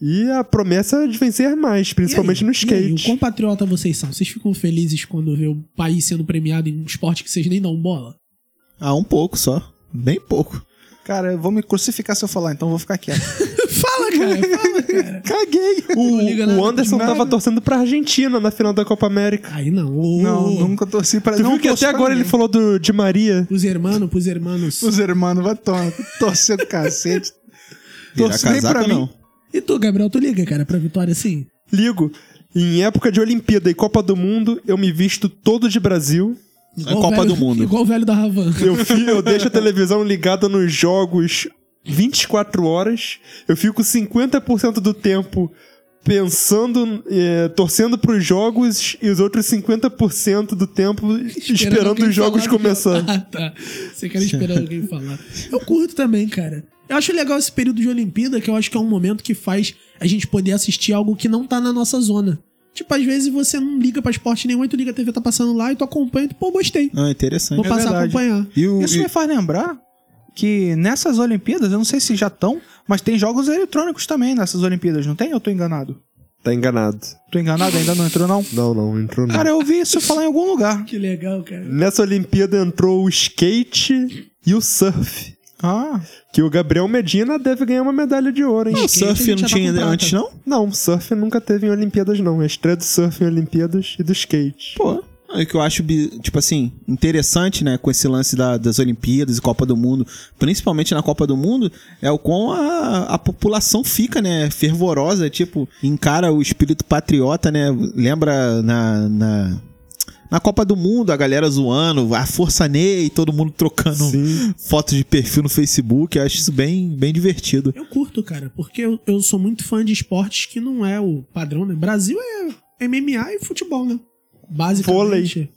[SPEAKER 2] E a promessa é de vencer mais, principalmente
[SPEAKER 1] E aí?
[SPEAKER 2] no
[SPEAKER 1] E aí, o
[SPEAKER 2] skate.
[SPEAKER 1] quão patriota vocês são? Vocês ficam felizes quando vê o país sendo premiado em um esporte que vocês nem dão bola?
[SPEAKER 4] Ah, um pouco só. Bem pouco.
[SPEAKER 3] Cara, eu vou me crucificar se eu falar, então eu vou ficar quieto.
[SPEAKER 1] Fala, cara! fala, cara!
[SPEAKER 2] Caguei! O,
[SPEAKER 1] Não liga nada
[SPEAKER 2] o Anderson
[SPEAKER 1] demais.
[SPEAKER 2] tava torcendo pra Argentina na final da Copa América.
[SPEAKER 1] Aí não. ô,
[SPEAKER 3] não,
[SPEAKER 1] ô,
[SPEAKER 3] nunca torci pra
[SPEAKER 2] Hum. Tu
[SPEAKER 3] não
[SPEAKER 2] viu que
[SPEAKER 3] torço
[SPEAKER 2] até
[SPEAKER 3] pra
[SPEAKER 2] agora ele
[SPEAKER 3] ninguém.
[SPEAKER 2] falou do, de Maria?
[SPEAKER 1] Pros hermanos, pros hermanos.
[SPEAKER 3] Os irmãos, vai tomar. Torceu o cacete.
[SPEAKER 4] Virar
[SPEAKER 3] Torce nem
[SPEAKER 4] casaca,
[SPEAKER 3] pra mim.
[SPEAKER 4] não.
[SPEAKER 1] E tu, Gabriel, tu liga, cara, pra vitória assim?
[SPEAKER 2] Ligo. Em época de Olimpíada e Copa do Mundo, eu me visto todo de Brasil.
[SPEAKER 1] Igual
[SPEAKER 4] É Copa
[SPEAKER 1] o velho-
[SPEAKER 4] do Mundo.
[SPEAKER 1] Igual o velho da Havan.
[SPEAKER 2] Eu, fi- eu deixo a televisão ligada nos jogos 24 horas. Eu fico 50% do tempo pensando, eh, torcendo pros jogos e os outros 50% do tempo esperando
[SPEAKER 1] alguém
[SPEAKER 2] os jogos
[SPEAKER 1] falar do que-
[SPEAKER 2] começarem.
[SPEAKER 1] Ah, tá. Você quer esperar alguém falar. Eu curto também, cara. Eu acho legal esse período de Olimpíada, que eu acho que é um momento que faz a gente poder assistir algo que não tá na nossa zona. Tipo, às vezes você não liga pra esporte nenhum, e tu liga a TV, tá passando lá, e tu acompanha, e tu, pô, gostei.
[SPEAKER 4] Ah,
[SPEAKER 1] Vou
[SPEAKER 4] interessante.
[SPEAKER 1] passar a
[SPEAKER 3] verdade.
[SPEAKER 1] acompanhar.
[SPEAKER 4] E o,
[SPEAKER 3] Isso
[SPEAKER 4] e-
[SPEAKER 3] me faz lembrar que nessas Olimpíadas, eu não sei se já estão, mas tem jogos eletrônicos também nessas Olimpíadas, não tem? Eu tô enganado.
[SPEAKER 2] Tá enganado.
[SPEAKER 3] Tô enganado? Ainda não entrou, não?
[SPEAKER 2] Não, não, entrou não.
[SPEAKER 3] Cara, eu ouvi isso falar em algum lugar.
[SPEAKER 1] Que legal, cara.
[SPEAKER 2] Nessa Olimpíada entrou o skate e o surf.
[SPEAKER 3] Ah,
[SPEAKER 2] Que o Gabriel Medina deve ganhar uma medalha de ouro, hein?
[SPEAKER 4] O
[SPEAKER 1] Skate a gente
[SPEAKER 4] surf não
[SPEAKER 1] já tá
[SPEAKER 4] tinha
[SPEAKER 1] com prata.
[SPEAKER 4] antes, não?
[SPEAKER 2] Não, surf nunca teve em Olimpíadas, não. É A estreia do surf em Olimpíadas e do skate.
[SPEAKER 4] Pô, é que eu acho, bi- tipo assim, interessante, né, com esse lance da- das Olimpíadas e Copa do Mundo, principalmente na Copa do Mundo, é o quão a, a população fica, né, fervorosa, tipo, encara o espírito patriota, né, lembra na... na... na Copa do Mundo, a galera zoando, a Força Ney, todo mundo trocando
[SPEAKER 2] Sim.
[SPEAKER 4] fotos de perfil no Facebook. Eu acho isso bem, bem divertido.
[SPEAKER 1] Eu curto, cara, porque eu, eu sou muito fã de esportes que não é o padrão, né? Brasil é MMA e futebol, né? Basicamente. Vôlei.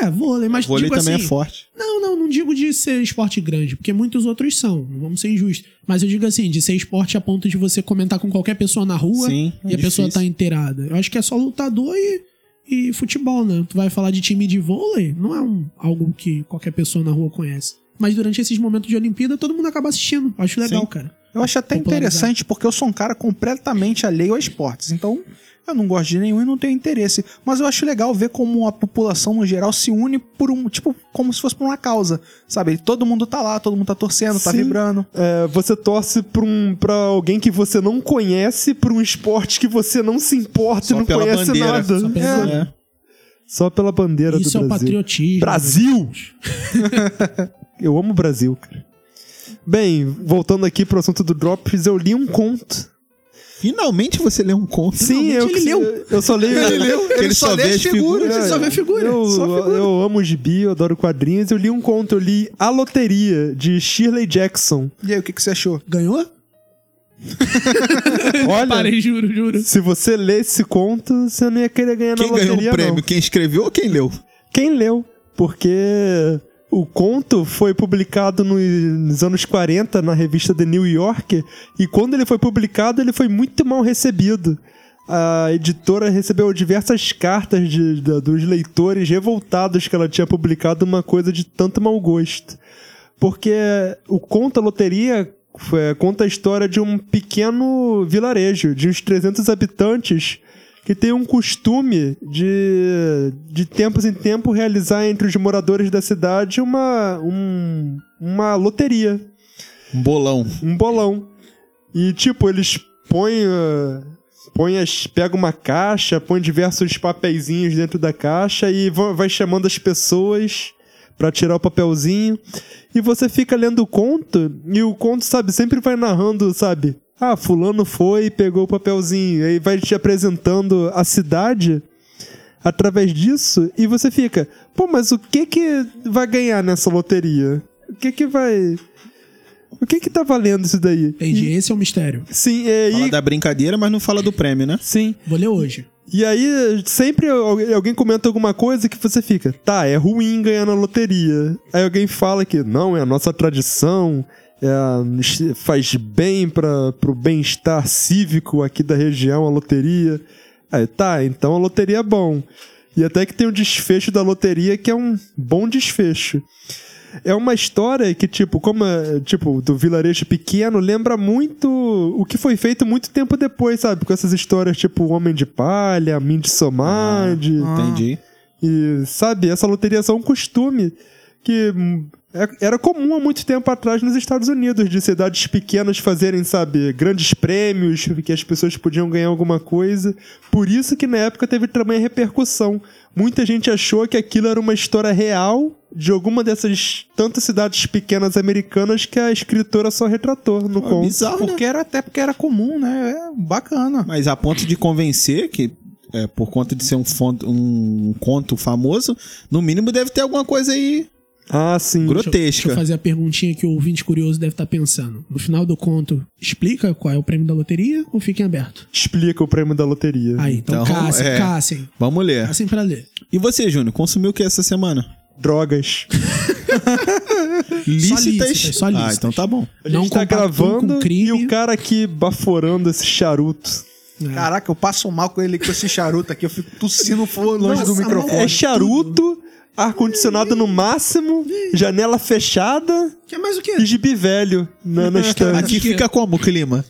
[SPEAKER 1] É, vôlei, mas
[SPEAKER 4] o vôlei
[SPEAKER 1] digo
[SPEAKER 4] também
[SPEAKER 1] assim,
[SPEAKER 4] é forte.
[SPEAKER 1] Não, não, não digo de ser esporte grande, porque muitos outros são, não vamos ser injustos. Mas eu digo assim, de ser esporte a ponto de você comentar com qualquer pessoa na rua
[SPEAKER 4] Sim,
[SPEAKER 1] e
[SPEAKER 2] é
[SPEAKER 1] a pessoa tá inteirada. Eu acho que é só lutador e, e futebol, né? Tu vai falar de time de vôlei, não é um, algo que qualquer pessoa na rua conhece. Mas durante esses momentos de Olimpíada, todo mundo acaba assistindo. Eu acho legal,
[SPEAKER 4] Sim.
[SPEAKER 1] cara.
[SPEAKER 3] eu acho até
[SPEAKER 1] Popularizar.
[SPEAKER 3] interessante porque eu sou um cara completamente alheio a esportes. Então, eu não gosto de nenhum e não tenho interesse. Mas eu acho legal ver como a população no geral se une por um, tipo, como se fosse por uma causa. Sabe? Todo mundo tá lá, todo mundo tá torcendo, tá
[SPEAKER 2] Sim.
[SPEAKER 3] vibrando.
[SPEAKER 2] É, você torce pra, um, pra alguém que você não conhece, pra um esporte que você não se importa e
[SPEAKER 4] Só
[SPEAKER 2] não
[SPEAKER 4] pela
[SPEAKER 2] conhece
[SPEAKER 4] bandeira.
[SPEAKER 2] nada.
[SPEAKER 1] Só pela
[SPEAKER 2] É.
[SPEAKER 1] bandeira.
[SPEAKER 4] É.
[SPEAKER 2] Só pela bandeira
[SPEAKER 1] Isso é
[SPEAKER 2] do
[SPEAKER 1] o
[SPEAKER 2] Brasil.
[SPEAKER 1] patriotismo.
[SPEAKER 2] Brasil! Eu amo o Brasil, cara. Bem, voltando aqui pro assunto do Drops, eu li um conto.
[SPEAKER 4] Finalmente você lê um conto.
[SPEAKER 2] Sim, eu,
[SPEAKER 1] ele leu.
[SPEAKER 2] eu só leio.
[SPEAKER 4] Ele só vê as figuras,
[SPEAKER 2] É,
[SPEAKER 3] ele só vê figuras.
[SPEAKER 2] Eu,
[SPEAKER 3] só figuras.
[SPEAKER 2] eu amo gibi, eu adoro quadrinhos. Eu li um conto, eu li A Loteria, de Shirley Jackson.
[SPEAKER 3] E aí, o que, que você achou?
[SPEAKER 1] Ganhou?
[SPEAKER 2] Olha,
[SPEAKER 1] Parei, juro, juro.
[SPEAKER 2] se você lê esse conto, você não ia querer ganhar
[SPEAKER 4] Quem
[SPEAKER 2] na loteria,
[SPEAKER 4] ganhou o prêmio?
[SPEAKER 2] não.
[SPEAKER 4] Quem escreveu ou quem leu?
[SPEAKER 2] Quem leu? Porque o conto foi publicado no- nos anos 40 na revista The New Yorker e quando ele foi publicado ele foi muito mal recebido. A editora recebeu diversas cartas de- da- dos leitores revoltados que ela tinha publicado uma coisa de tanto mau gosto. Porque o conto, a loteria, é, conta a história de um pequeno vilarejo de uns 300 habitantes que tem um costume de, de tempos em tempo realizar entre os moradores da cidade uma, um- uma loteria,
[SPEAKER 4] Um bolão.
[SPEAKER 2] um bolão. E tipo, eles põem, ah, põem as, pegam uma caixa, põem diversos papeizinhos dentro da caixa e va- vai chamando as pessoas pra tirar o papelzinho. E você fica lendo o conto e o conto, sabe, sempre vai narrando, sabe? Ah, fulano foi e pegou o papelzinho. Aí vai te apresentando a cidade através disso e você fica, pô, mas o que que vai ganhar nessa loteria? O que que vai O que que tá valendo isso daí?
[SPEAKER 1] Entendi, esse é o mistério.
[SPEAKER 2] Sim, é,
[SPEAKER 4] Fala
[SPEAKER 2] e,
[SPEAKER 4] da brincadeira, mas não fala do prêmio, né?
[SPEAKER 2] sim.
[SPEAKER 1] Vou ler hoje.
[SPEAKER 2] E aí, sempre algu- alguém comenta alguma coisa que você fica, tá, é ruim ganhar na loteria. Aí alguém fala que não, é a nossa tradição, é a- faz bem para pro bem-estar cívico aqui da região a loteria. Aí, tá, então a loteria é bom. E até que tem um desfecho da loteria que é um bom desfecho. É uma história que, tipo, como é, tipo, do vilarejo pequeno, lembra muito o que foi feito muito tempo depois, sabe? Com essas histórias, tipo, Homem de Palha, Mind Somad.
[SPEAKER 3] Ah.
[SPEAKER 4] Entendi.
[SPEAKER 2] E, sabe, essa loteria é só um costume que hum, é- era comum há muito tempo atrás nos Estados Unidos, de cidades pequenas fazerem, sabe, grandes prêmios, que as pessoas podiam ganhar alguma coisa. Por isso que na época teve também a repercussão. Muita gente achou que aquilo era uma história real de alguma dessas tantas cidades pequenas americanas que a escritora só retratou no
[SPEAKER 4] Pô,
[SPEAKER 2] conto.
[SPEAKER 4] bizarro, né?
[SPEAKER 3] Porque era até porque era comum, né? É bacana.
[SPEAKER 4] Mas a ponto de convencer que, é, por conta de ser um, fon- um conto famoso, no mínimo deve ter alguma coisa aí
[SPEAKER 2] Ah, sim.
[SPEAKER 1] Deixa eu
[SPEAKER 4] grotesca.
[SPEAKER 1] fazer a perguntinha que o ouvinte curioso deve estar pensando. No final do conto, explica qual é o prêmio da loteria ou fiquem aberto?
[SPEAKER 2] Explica o prêmio da loteria.
[SPEAKER 1] Aí, então,
[SPEAKER 4] Então,
[SPEAKER 1] caçem,
[SPEAKER 4] é.
[SPEAKER 1] caçem.
[SPEAKER 4] Vamos
[SPEAKER 2] É.
[SPEAKER 4] ler.
[SPEAKER 1] Caçem pra ler.
[SPEAKER 4] E você, Júnior, consumiu o que essa semana?
[SPEAKER 2] Drogas.
[SPEAKER 4] Lícitas?
[SPEAKER 1] lícitas, só lícitas.
[SPEAKER 4] Ah, então tá bom.
[SPEAKER 2] A gente
[SPEAKER 1] Não
[SPEAKER 2] tá
[SPEAKER 1] compactuam
[SPEAKER 2] gravando
[SPEAKER 1] com crime.
[SPEAKER 2] e o cara aqui baforando esse charuto.
[SPEAKER 1] É.
[SPEAKER 3] Caraca, eu passo mal com ele com esse charuto aqui. Eu fico tossindo longe
[SPEAKER 1] Nossa,
[SPEAKER 3] do microfone.
[SPEAKER 2] É charuto, ar-condicionado no máximo, janela fechada
[SPEAKER 1] Quer é mais o quê?
[SPEAKER 2] e gibi velho na, na estante.
[SPEAKER 4] Aqui fica como o clima?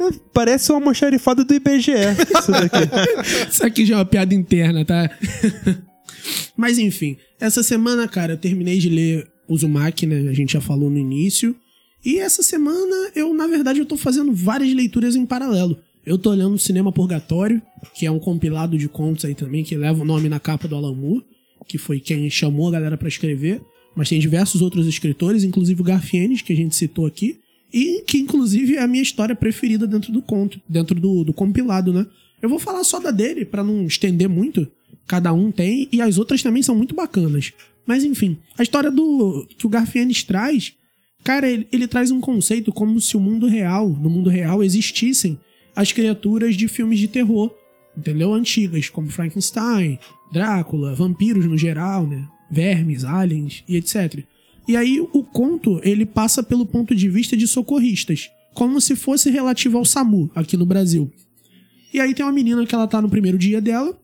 [SPEAKER 2] É, Parece uma almoxarifada do IBGE. Isso daqui.
[SPEAKER 1] Isso aqui já é uma piada interna, tá? Mas enfim, essa semana, cara, eu terminei de ler Uzumaki, né? A gente já falou no início. E essa semana, eu, na verdade, eu tô fazendo várias leituras em paralelo. Eu tô olhando Cinema Purgatório, que é um compilado de contos aí também, que leva o nome na capa do Alan Moore, que foi quem chamou a galera pra escrever. Mas tem diversos outros escritores, inclusive o Garfienes, que a gente citou aqui. E que, inclusive, é a minha história preferida dentro do conto, dentro do, do compilado, né? Eu vou falar só da dele, pra não estender muito. Cada um tem, e as outras também são muito bacanas. Mas, enfim, a história do que o Garfienes traz, cara, ele, ele traz um conceito como se o mundo real, no mundo real, existissem as criaturas de filmes de terror, entendeu? Antigas, como Frankenstein, Drácula, vampiros no geral, né? Vermes, aliens e etc. E aí o conto ele passa pelo ponto de vista de socorristas, como se fosse relativo ao SAMU aqui no Brasil. E aí tem uma menina que ela tá no primeiro dia dela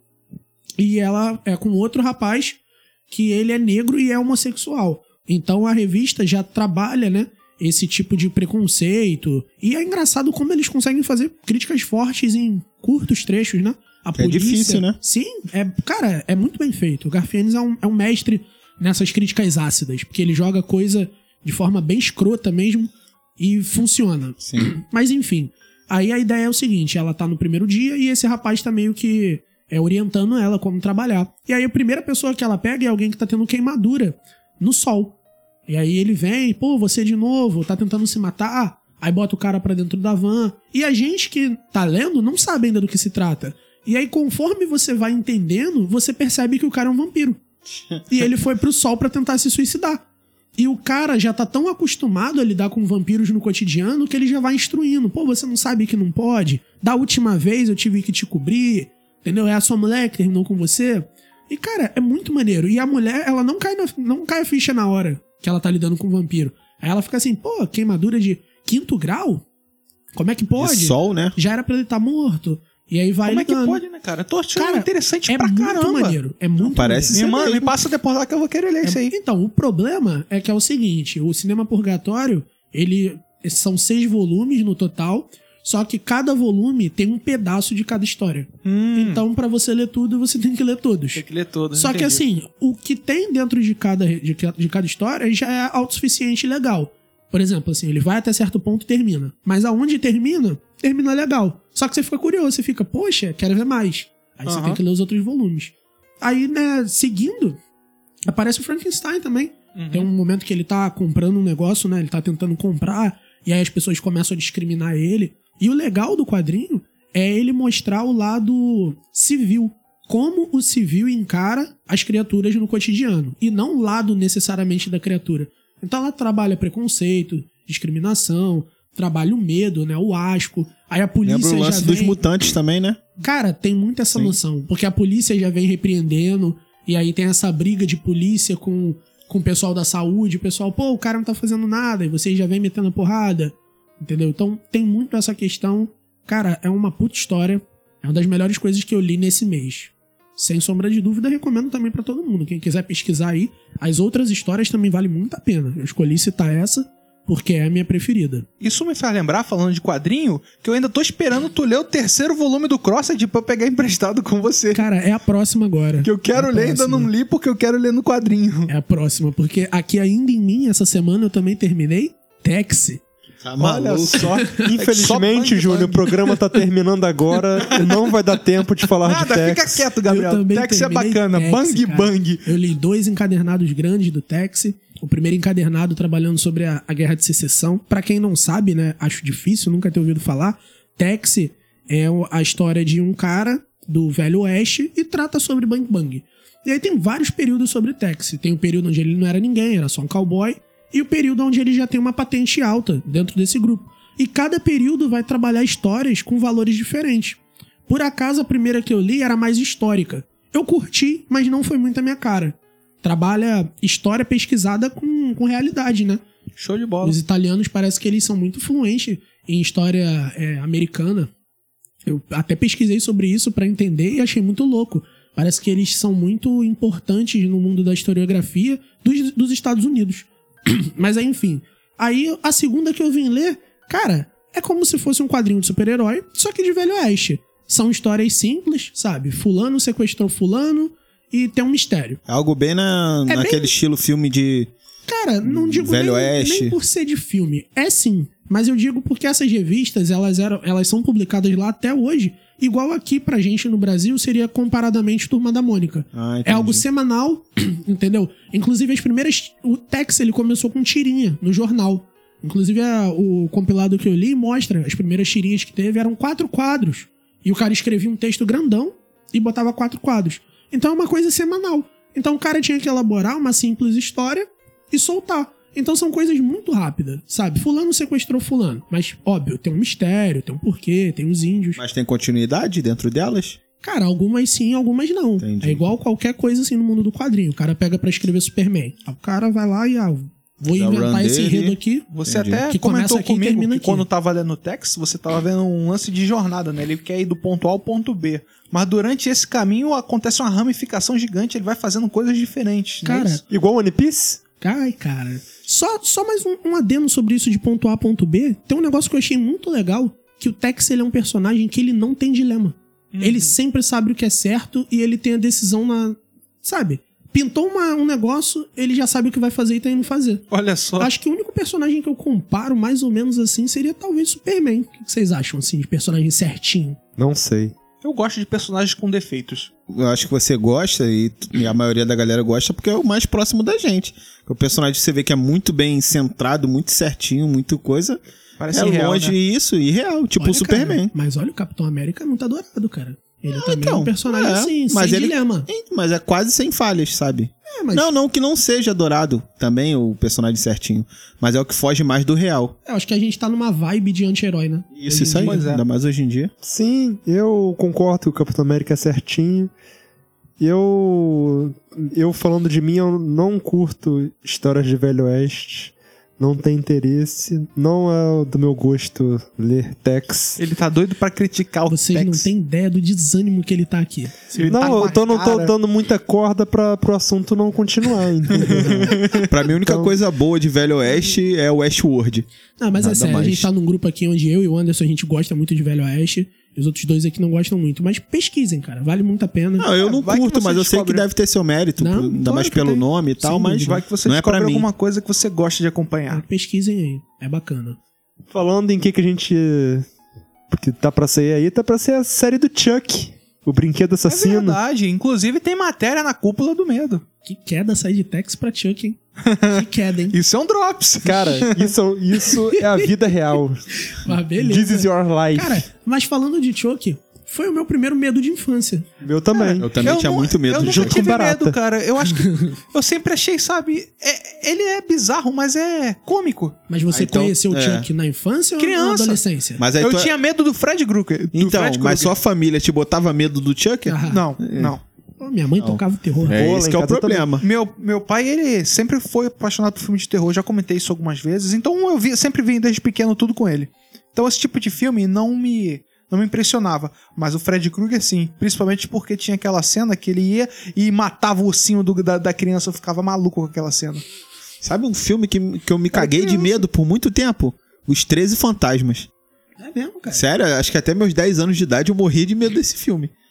[SPEAKER 1] e ela é com outro rapaz que ele é negro e é homossexual. Então a revista já trabalha, né, esse tipo de preconceito. E é engraçado como eles conseguem fazer críticas fortes em curtos trechos, né? A
[SPEAKER 4] difícil, né?
[SPEAKER 1] Sim, é, cara, é muito bem feito. O Garfienes é um, é um mestre nessas críticas ácidas, porque ele joga coisa de forma bem escrota mesmo e funciona.
[SPEAKER 4] Sim.
[SPEAKER 1] Mas enfim, aí a ideia é o seguinte: ela tá no primeiro dia e esse rapaz tá meio que é orientando ela como trabalhar. E aí a primeira pessoa que ela pega é alguém que tá tendo queimadura no sol. E aí ele vem, pô, você de novo, tá tentando se matar. Aí bota o cara pra dentro da van. E a gente que tá lendo não sabe ainda do que se trata. E aí, conforme você vai entendendo, você percebe que o cara é um vampiro. E ele foi pro sol pra tentar se suicidar. E o cara já tá tão acostumado a lidar com vampiros no cotidiano que ele já vai instruindo. Pô, você não sabe que não pode? Da última vez eu tive que te cobrir. Entendeu? É a sua mulher que terminou com você. E, cara, é muito maneiro. E a mulher, ela não cai, na- não cai a ficha na hora que ela tá lidando com o vampiro. Aí ela fica assim, pô, queimadura de quinto grau? Como é que
[SPEAKER 4] E
[SPEAKER 1] pode?
[SPEAKER 4] sol, né?
[SPEAKER 1] Já era pra ele estar tá morto. E aí vai
[SPEAKER 3] Como é que
[SPEAKER 1] lidando.
[SPEAKER 3] pode, né, cara? Eu tô achando
[SPEAKER 1] Cara,
[SPEAKER 3] interessante
[SPEAKER 1] É
[SPEAKER 3] pra
[SPEAKER 1] muito
[SPEAKER 3] caramba.
[SPEAKER 1] maneiro. É muito
[SPEAKER 4] parece
[SPEAKER 3] Me,
[SPEAKER 4] Isso é
[SPEAKER 3] manda, me passa depois lá que eu vou querer ler isso aí.
[SPEAKER 1] Então, o problema é que é o seguinte: o Cinema Purgatório, ele. São seis volumes no total, só que cada volume tem um pedaço de cada história.
[SPEAKER 3] Hum.
[SPEAKER 1] Então, pra você ler tudo, você tem que ler todos.
[SPEAKER 3] Tem que ler todos.
[SPEAKER 1] Só que
[SPEAKER 3] é entendi.
[SPEAKER 1] assim, o que tem dentro de cada, de, ca- de cada história já é autossuficiente e legal. Por exemplo, assim, ele vai até certo ponto e termina. Mas aonde termina, termina legal. Só que você fica curioso, você fica, poxa, quero ver mais. Aí você
[SPEAKER 3] Aham.
[SPEAKER 1] tem que ler os outros volumes. Aí, né, seguindo, aparece o Frankenstein também.
[SPEAKER 3] Uhum.
[SPEAKER 1] Tem um momento que ele tá comprando um negócio, né? Ele tá tentando comprar, e aí as pessoas começam a discriminar ele. E o legal do quadrinho é ele mostrar o lado civil. Como o civil encara as criaturas no cotidiano. E não o lado necessariamente da criatura. Então ela trabalha preconceito, discriminação, trabalha o medo, né? O asco. Aí a polícia
[SPEAKER 4] Lembra o
[SPEAKER 1] já
[SPEAKER 4] lance
[SPEAKER 1] vem...
[SPEAKER 4] dos mutantes também, né?
[SPEAKER 1] Cara, tem muito essa noção. Porque a polícia já vem repreendendo, e aí tem essa briga de polícia com, com o pessoal da saúde, o pessoal, pô, o cara não tá fazendo nada, e vocês já vem metendo a porrada. Entendeu? Então tem muito essa questão. Cara, é uma puta história. É uma das melhores coisas que eu li nesse mês. Sem sombra de dúvida, recomendo também pra todo mundo. Quem quiser pesquisar aí, as outras histórias também valem muito a pena. Eu escolhi citar essa porque é a minha preferida.
[SPEAKER 3] Isso me faz lembrar, falando de quadrinho, que eu ainda tô esperando tu ler o terceiro volume do Crossed pra eu pegar emprestado com você.
[SPEAKER 1] Cara, é a próxima agora.
[SPEAKER 3] Que eu quero
[SPEAKER 1] É a
[SPEAKER 3] ler, ainda
[SPEAKER 1] próxima.
[SPEAKER 3] não né? li porque eu quero ler no quadrinho.
[SPEAKER 1] É a próxima, porque aqui ainda em mim, essa semana eu também terminei Taxi.
[SPEAKER 4] Tá
[SPEAKER 2] Olha só.
[SPEAKER 3] Só
[SPEAKER 2] Infelizmente,
[SPEAKER 3] bang,
[SPEAKER 2] Júlio, o
[SPEAKER 3] bang.
[SPEAKER 2] programa tá terminando agora. Não vai dar tempo de falar de
[SPEAKER 3] Nada,
[SPEAKER 2] Tex.
[SPEAKER 3] fica quieto, Gabriel.
[SPEAKER 1] Eu também
[SPEAKER 3] Tex é
[SPEAKER 1] terminei
[SPEAKER 3] bacana.
[SPEAKER 1] Tex,
[SPEAKER 3] bang,
[SPEAKER 1] cara.
[SPEAKER 3] bang.
[SPEAKER 1] Eu li dois encadernados grandes do Taxi. O primeiro encadernado trabalhando sobre a, a Guerra de Secessão. Pra quem não sabe, né, acho difícil, nunca ter ouvido falar, Taxi é o- a história de um cara do Velho Oeste e trata sobre Bang Bang. E aí tem vários períodos sobre Taxi. Tem o período onde ele não era ninguém, era só um cowboy. E o período onde ele já tem uma patente alta dentro desse grupo. E cada período vai trabalhar histórias com valores diferentes. Por acaso, a primeira que eu li era mais histórica. Eu curti, mas não foi muito a minha cara. Trabalha história pesquisada com, com realidade, né?
[SPEAKER 3] Show de bola.
[SPEAKER 1] Os italianos parece que eles são muito fluentes em história é, americana. Eu até pesquisei sobre isso pra entender e achei muito louco. Parece que eles são muito importantes no mundo da historiografia dos, dos Estados Unidos. Mas aí, enfim. Aí a segunda que eu vim ler, cara, É como se fosse um quadrinho de super-herói, só que de velho oeste. São histórias simples, sabe? Fulano sequestrou fulano e tem um mistério.
[SPEAKER 4] É algo bem na,
[SPEAKER 1] É
[SPEAKER 4] naquele estilo filme de.
[SPEAKER 1] Cara, não digo
[SPEAKER 4] Velho
[SPEAKER 1] nem,
[SPEAKER 4] Oeste.
[SPEAKER 1] nem por ser de filme. É sim. Mas eu digo porque essas revistas, elas, eram, elas são publicadas lá até hoje. Igual aqui pra gente no Brasil seria comparadamente Turma da Mônica.
[SPEAKER 4] Ah,
[SPEAKER 1] É
[SPEAKER 4] entendi.
[SPEAKER 1] algo semanal, entendeu? Inclusive as primeiras... O Tex, ele começou com tirinha no jornal. Inclusive a- o compilado que eu li mostra as primeiras tirinhas que teve eram quatro quadros. E o cara escrevia um texto grandão e botava quatro quadros. Então é uma coisa semanal. Então o cara tinha que elaborar uma simples história e soltar. Então são coisas muito rápidas, sabe? Fulano sequestrou fulano. Mas, óbvio, tem um mistério, tem um porquê, tem os índios.
[SPEAKER 4] Mas tem continuidade dentro delas?
[SPEAKER 1] Cara, algumas sim, algumas não.
[SPEAKER 4] Entendi.
[SPEAKER 1] É igual qualquer coisa assim no mundo do quadrinho. O cara pega pra escrever Superman. Aí O cara vai lá e ah, vou
[SPEAKER 4] Dá o run
[SPEAKER 1] inventar esse
[SPEAKER 4] dele.
[SPEAKER 1] enredo aqui.
[SPEAKER 3] Você
[SPEAKER 4] Entendi.
[SPEAKER 3] até
[SPEAKER 1] Que começa
[SPEAKER 3] comentou
[SPEAKER 1] aqui e
[SPEAKER 3] comigo que
[SPEAKER 1] termina aqui.
[SPEAKER 3] quando tava lendo o Tex, você tava vendo um lance de jornada, né? Ele quer ir do ponto A ao ponto B. Mas durante esse caminho acontece uma ramificação gigante, ele vai fazendo coisas diferentes. não é
[SPEAKER 1] Cara,
[SPEAKER 3] isso?
[SPEAKER 2] Igual One Piece?
[SPEAKER 1] Ai, cara. Só, só mais um, um adendo sobre isso de ponto A a ponto B. Tem um negócio que eu achei muito legal, que o Tex ele é um personagem que ele não tem dilema. Ele sempre sabe o que é certo e ele tem a decisão na... Sabe? Pintou uma- um negócio, ele já sabe o que vai fazer e tá indo fazer.
[SPEAKER 3] olha só.
[SPEAKER 1] Acho que o único personagem que eu comparo mais ou menos assim seria talvez Superman. O que vocês acham, assim, de personagem certinho?
[SPEAKER 2] Não sei.
[SPEAKER 3] Eu gosto de personagens com defeitos.
[SPEAKER 4] Eu acho que você gosta e, e a maioria da galera gosta porque é o mais próximo da gente. O personagem que você vê que é muito bem centrado, muito certinho, muito coisa.
[SPEAKER 3] Parece
[SPEAKER 4] é
[SPEAKER 3] real,
[SPEAKER 4] longe
[SPEAKER 3] né?
[SPEAKER 4] isso, irreal. Tipo
[SPEAKER 1] Olha,
[SPEAKER 4] o Superman.
[SPEAKER 1] cara, mas olha, o Capitão América não tá dourado, cara. Ele também é
[SPEAKER 4] então,
[SPEAKER 1] um personagem
[SPEAKER 4] é,
[SPEAKER 1] assim,
[SPEAKER 4] mas
[SPEAKER 1] sem
[SPEAKER 4] ele-
[SPEAKER 1] dilema.
[SPEAKER 4] Hein, Mas é quase sem falhas, sabe?
[SPEAKER 1] É, mas
[SPEAKER 4] Não, não que não seja dourado também o personagem certinho. Mas é o que foge mais do real.
[SPEAKER 1] eu acho que a gente tá numa vibe de anti-herói, né?
[SPEAKER 4] Isso, isso aí.
[SPEAKER 3] Pois é.
[SPEAKER 4] Ainda mais hoje em dia.
[SPEAKER 2] Sim, eu concordo que o Capitão América é certinho. Eu. Eu falando de mim, eu não curto histórias de Velho Oeste. Não tem interesse. Não é do meu gosto ler Tex.
[SPEAKER 3] Ele tá doido pra criticar o
[SPEAKER 1] Vocês
[SPEAKER 3] Tex.
[SPEAKER 1] não têm ideia do desânimo que ele tá aqui.
[SPEAKER 3] Ele tá
[SPEAKER 2] não,
[SPEAKER 3] com a
[SPEAKER 2] eu tô, não tô
[SPEAKER 3] cara.
[SPEAKER 2] dando muita corda pra, pro assunto não continuar, entendeu?
[SPEAKER 4] Pra mim, a única
[SPEAKER 2] Então-
[SPEAKER 4] coisa boa de Velho Oeste é o Westworld.
[SPEAKER 1] Não, mas é
[SPEAKER 4] Nada
[SPEAKER 1] sério, a
[SPEAKER 4] mais.
[SPEAKER 1] gente tá num grupo aqui onde eu e o Anderson a gente gosta muito de Velho Oeste. E os outros dois aqui não gostam muito. Mas pesquisem, cara. Vale muito a pena.
[SPEAKER 4] Não, eu não
[SPEAKER 3] vai que
[SPEAKER 4] curto,
[SPEAKER 3] você
[SPEAKER 4] mas eu sei que
[SPEAKER 3] descobre, né?
[SPEAKER 4] deve ter seu mérito,
[SPEAKER 1] Não,
[SPEAKER 4] ainda
[SPEAKER 1] claro
[SPEAKER 4] mais
[SPEAKER 1] que
[SPEAKER 4] pelo
[SPEAKER 1] tem.
[SPEAKER 4] nome e tal,
[SPEAKER 1] Sem
[SPEAKER 4] mas
[SPEAKER 1] dúvida.
[SPEAKER 3] Vai que você
[SPEAKER 4] não é
[SPEAKER 3] descobre
[SPEAKER 4] pra mim.
[SPEAKER 3] alguma coisa que você gosta de
[SPEAKER 1] Ah,
[SPEAKER 3] acompanhar.
[SPEAKER 1] Pesquisem aí. É bacana.
[SPEAKER 2] Falando em que que a gente. Porque tá pra sair aí, tá pra ser a série do Chuck. O Brinquedo
[SPEAKER 3] É
[SPEAKER 2] Assassino.
[SPEAKER 3] verdade. Inclusive tem matéria na cúpula do medo.
[SPEAKER 1] Que queda sair de Tex pra Chuck, hein? Que queda, hein?
[SPEAKER 3] Isso é um drops.
[SPEAKER 2] Cara, isso, isso é a vida real.
[SPEAKER 1] Mas
[SPEAKER 2] This is
[SPEAKER 1] Ah, beleza.
[SPEAKER 2] your life.
[SPEAKER 1] Cara, mas falando de Chuck, foi o meu primeiro medo de infância.
[SPEAKER 2] Meu também.
[SPEAKER 4] Eu também tinha
[SPEAKER 3] nu-
[SPEAKER 4] muito medo
[SPEAKER 3] eu
[SPEAKER 4] de
[SPEAKER 3] nunca
[SPEAKER 4] jogar.
[SPEAKER 2] Junto
[SPEAKER 3] tive
[SPEAKER 2] com barata.
[SPEAKER 3] medo, cara. Eu acho que. eu sempre achei, sabe? é- ele é bizarro, mas é cômico.
[SPEAKER 1] Mas você
[SPEAKER 4] Ah, então,
[SPEAKER 1] conheceu o
[SPEAKER 4] é.
[SPEAKER 1] Chuck na infância ou na
[SPEAKER 3] Criança.
[SPEAKER 1] adolescência?
[SPEAKER 4] Mas aí
[SPEAKER 3] eu
[SPEAKER 4] tu é-
[SPEAKER 3] tinha medo do Fred Krueger. do
[SPEAKER 4] Então,
[SPEAKER 3] Fred
[SPEAKER 4] mas é.
[SPEAKER 3] Krueger.
[SPEAKER 4] sua família te botava medo do Chuck?
[SPEAKER 1] Ah,
[SPEAKER 3] Não, não.
[SPEAKER 1] Pô, minha mãe tocava terror.
[SPEAKER 4] É
[SPEAKER 2] Bola
[SPEAKER 4] esse
[SPEAKER 2] em
[SPEAKER 4] que é o
[SPEAKER 2] casa
[SPEAKER 4] problema.
[SPEAKER 3] Meu, meu pai, ele sempre foi apaixonado por filme de terror, já comentei isso algumas vezes, então eu vi, sempre vi desde pequeno tudo com ele. Então esse tipo de filme não me não me impressionava, mas o Fred Krueger sim, principalmente porque tinha aquela cena que ele ia e matava o ursinho do- da, da criança, eu ficava maluco com aquela cena.
[SPEAKER 4] Sabe um filme que, que eu me caguei de medo por muito tempo? Os 13 Fantasmas.
[SPEAKER 1] É mesmo, cara.
[SPEAKER 4] Sério, acho que até meus 10 anos de idade eu morri de medo desse filme. É.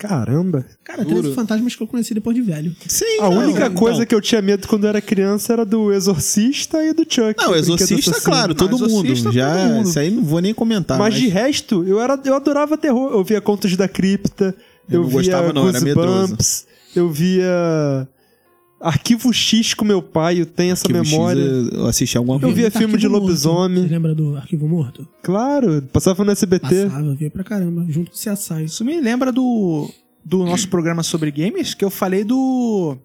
[SPEAKER 2] Caramba.
[SPEAKER 1] Cara, tem
[SPEAKER 4] Juro.
[SPEAKER 1] uns fantasmas que eu conheci depois de velho.
[SPEAKER 4] Sim,
[SPEAKER 2] A
[SPEAKER 4] não,
[SPEAKER 2] única
[SPEAKER 4] então.
[SPEAKER 2] coisa que eu tinha medo quando eu era criança era do Exorcista e do Chuck.
[SPEAKER 4] Não,
[SPEAKER 2] o Brinquedo
[SPEAKER 4] Exorcista,
[SPEAKER 2] Assassino.
[SPEAKER 4] claro, todo
[SPEAKER 3] Não,
[SPEAKER 4] mundo. tá,
[SPEAKER 3] Exorcista,
[SPEAKER 4] já,
[SPEAKER 3] todo mundo.
[SPEAKER 4] isso aí não vou nem comentar.
[SPEAKER 2] mas, de resto, eu, era, eu adorava terror. Eu via Contos da Cripta, eu,
[SPEAKER 4] Eu não
[SPEAKER 2] via
[SPEAKER 4] gostava não, era
[SPEAKER 2] Goosebumps, eu via Arquivo X com meu pai, eu tenho essa
[SPEAKER 4] que o X, é-
[SPEAKER 2] memória.
[SPEAKER 4] eu assisti alguma
[SPEAKER 2] Eu
[SPEAKER 4] coisa.
[SPEAKER 2] via filme de
[SPEAKER 1] Morto.
[SPEAKER 2] lobisomem.
[SPEAKER 1] Você lembra do Arquivo Morto?
[SPEAKER 2] Claro, passava no SBT.
[SPEAKER 1] Passava, via pra caramba, junto com o CSI.
[SPEAKER 3] Isso me lembra do do nosso programa sobre games, que eu falei do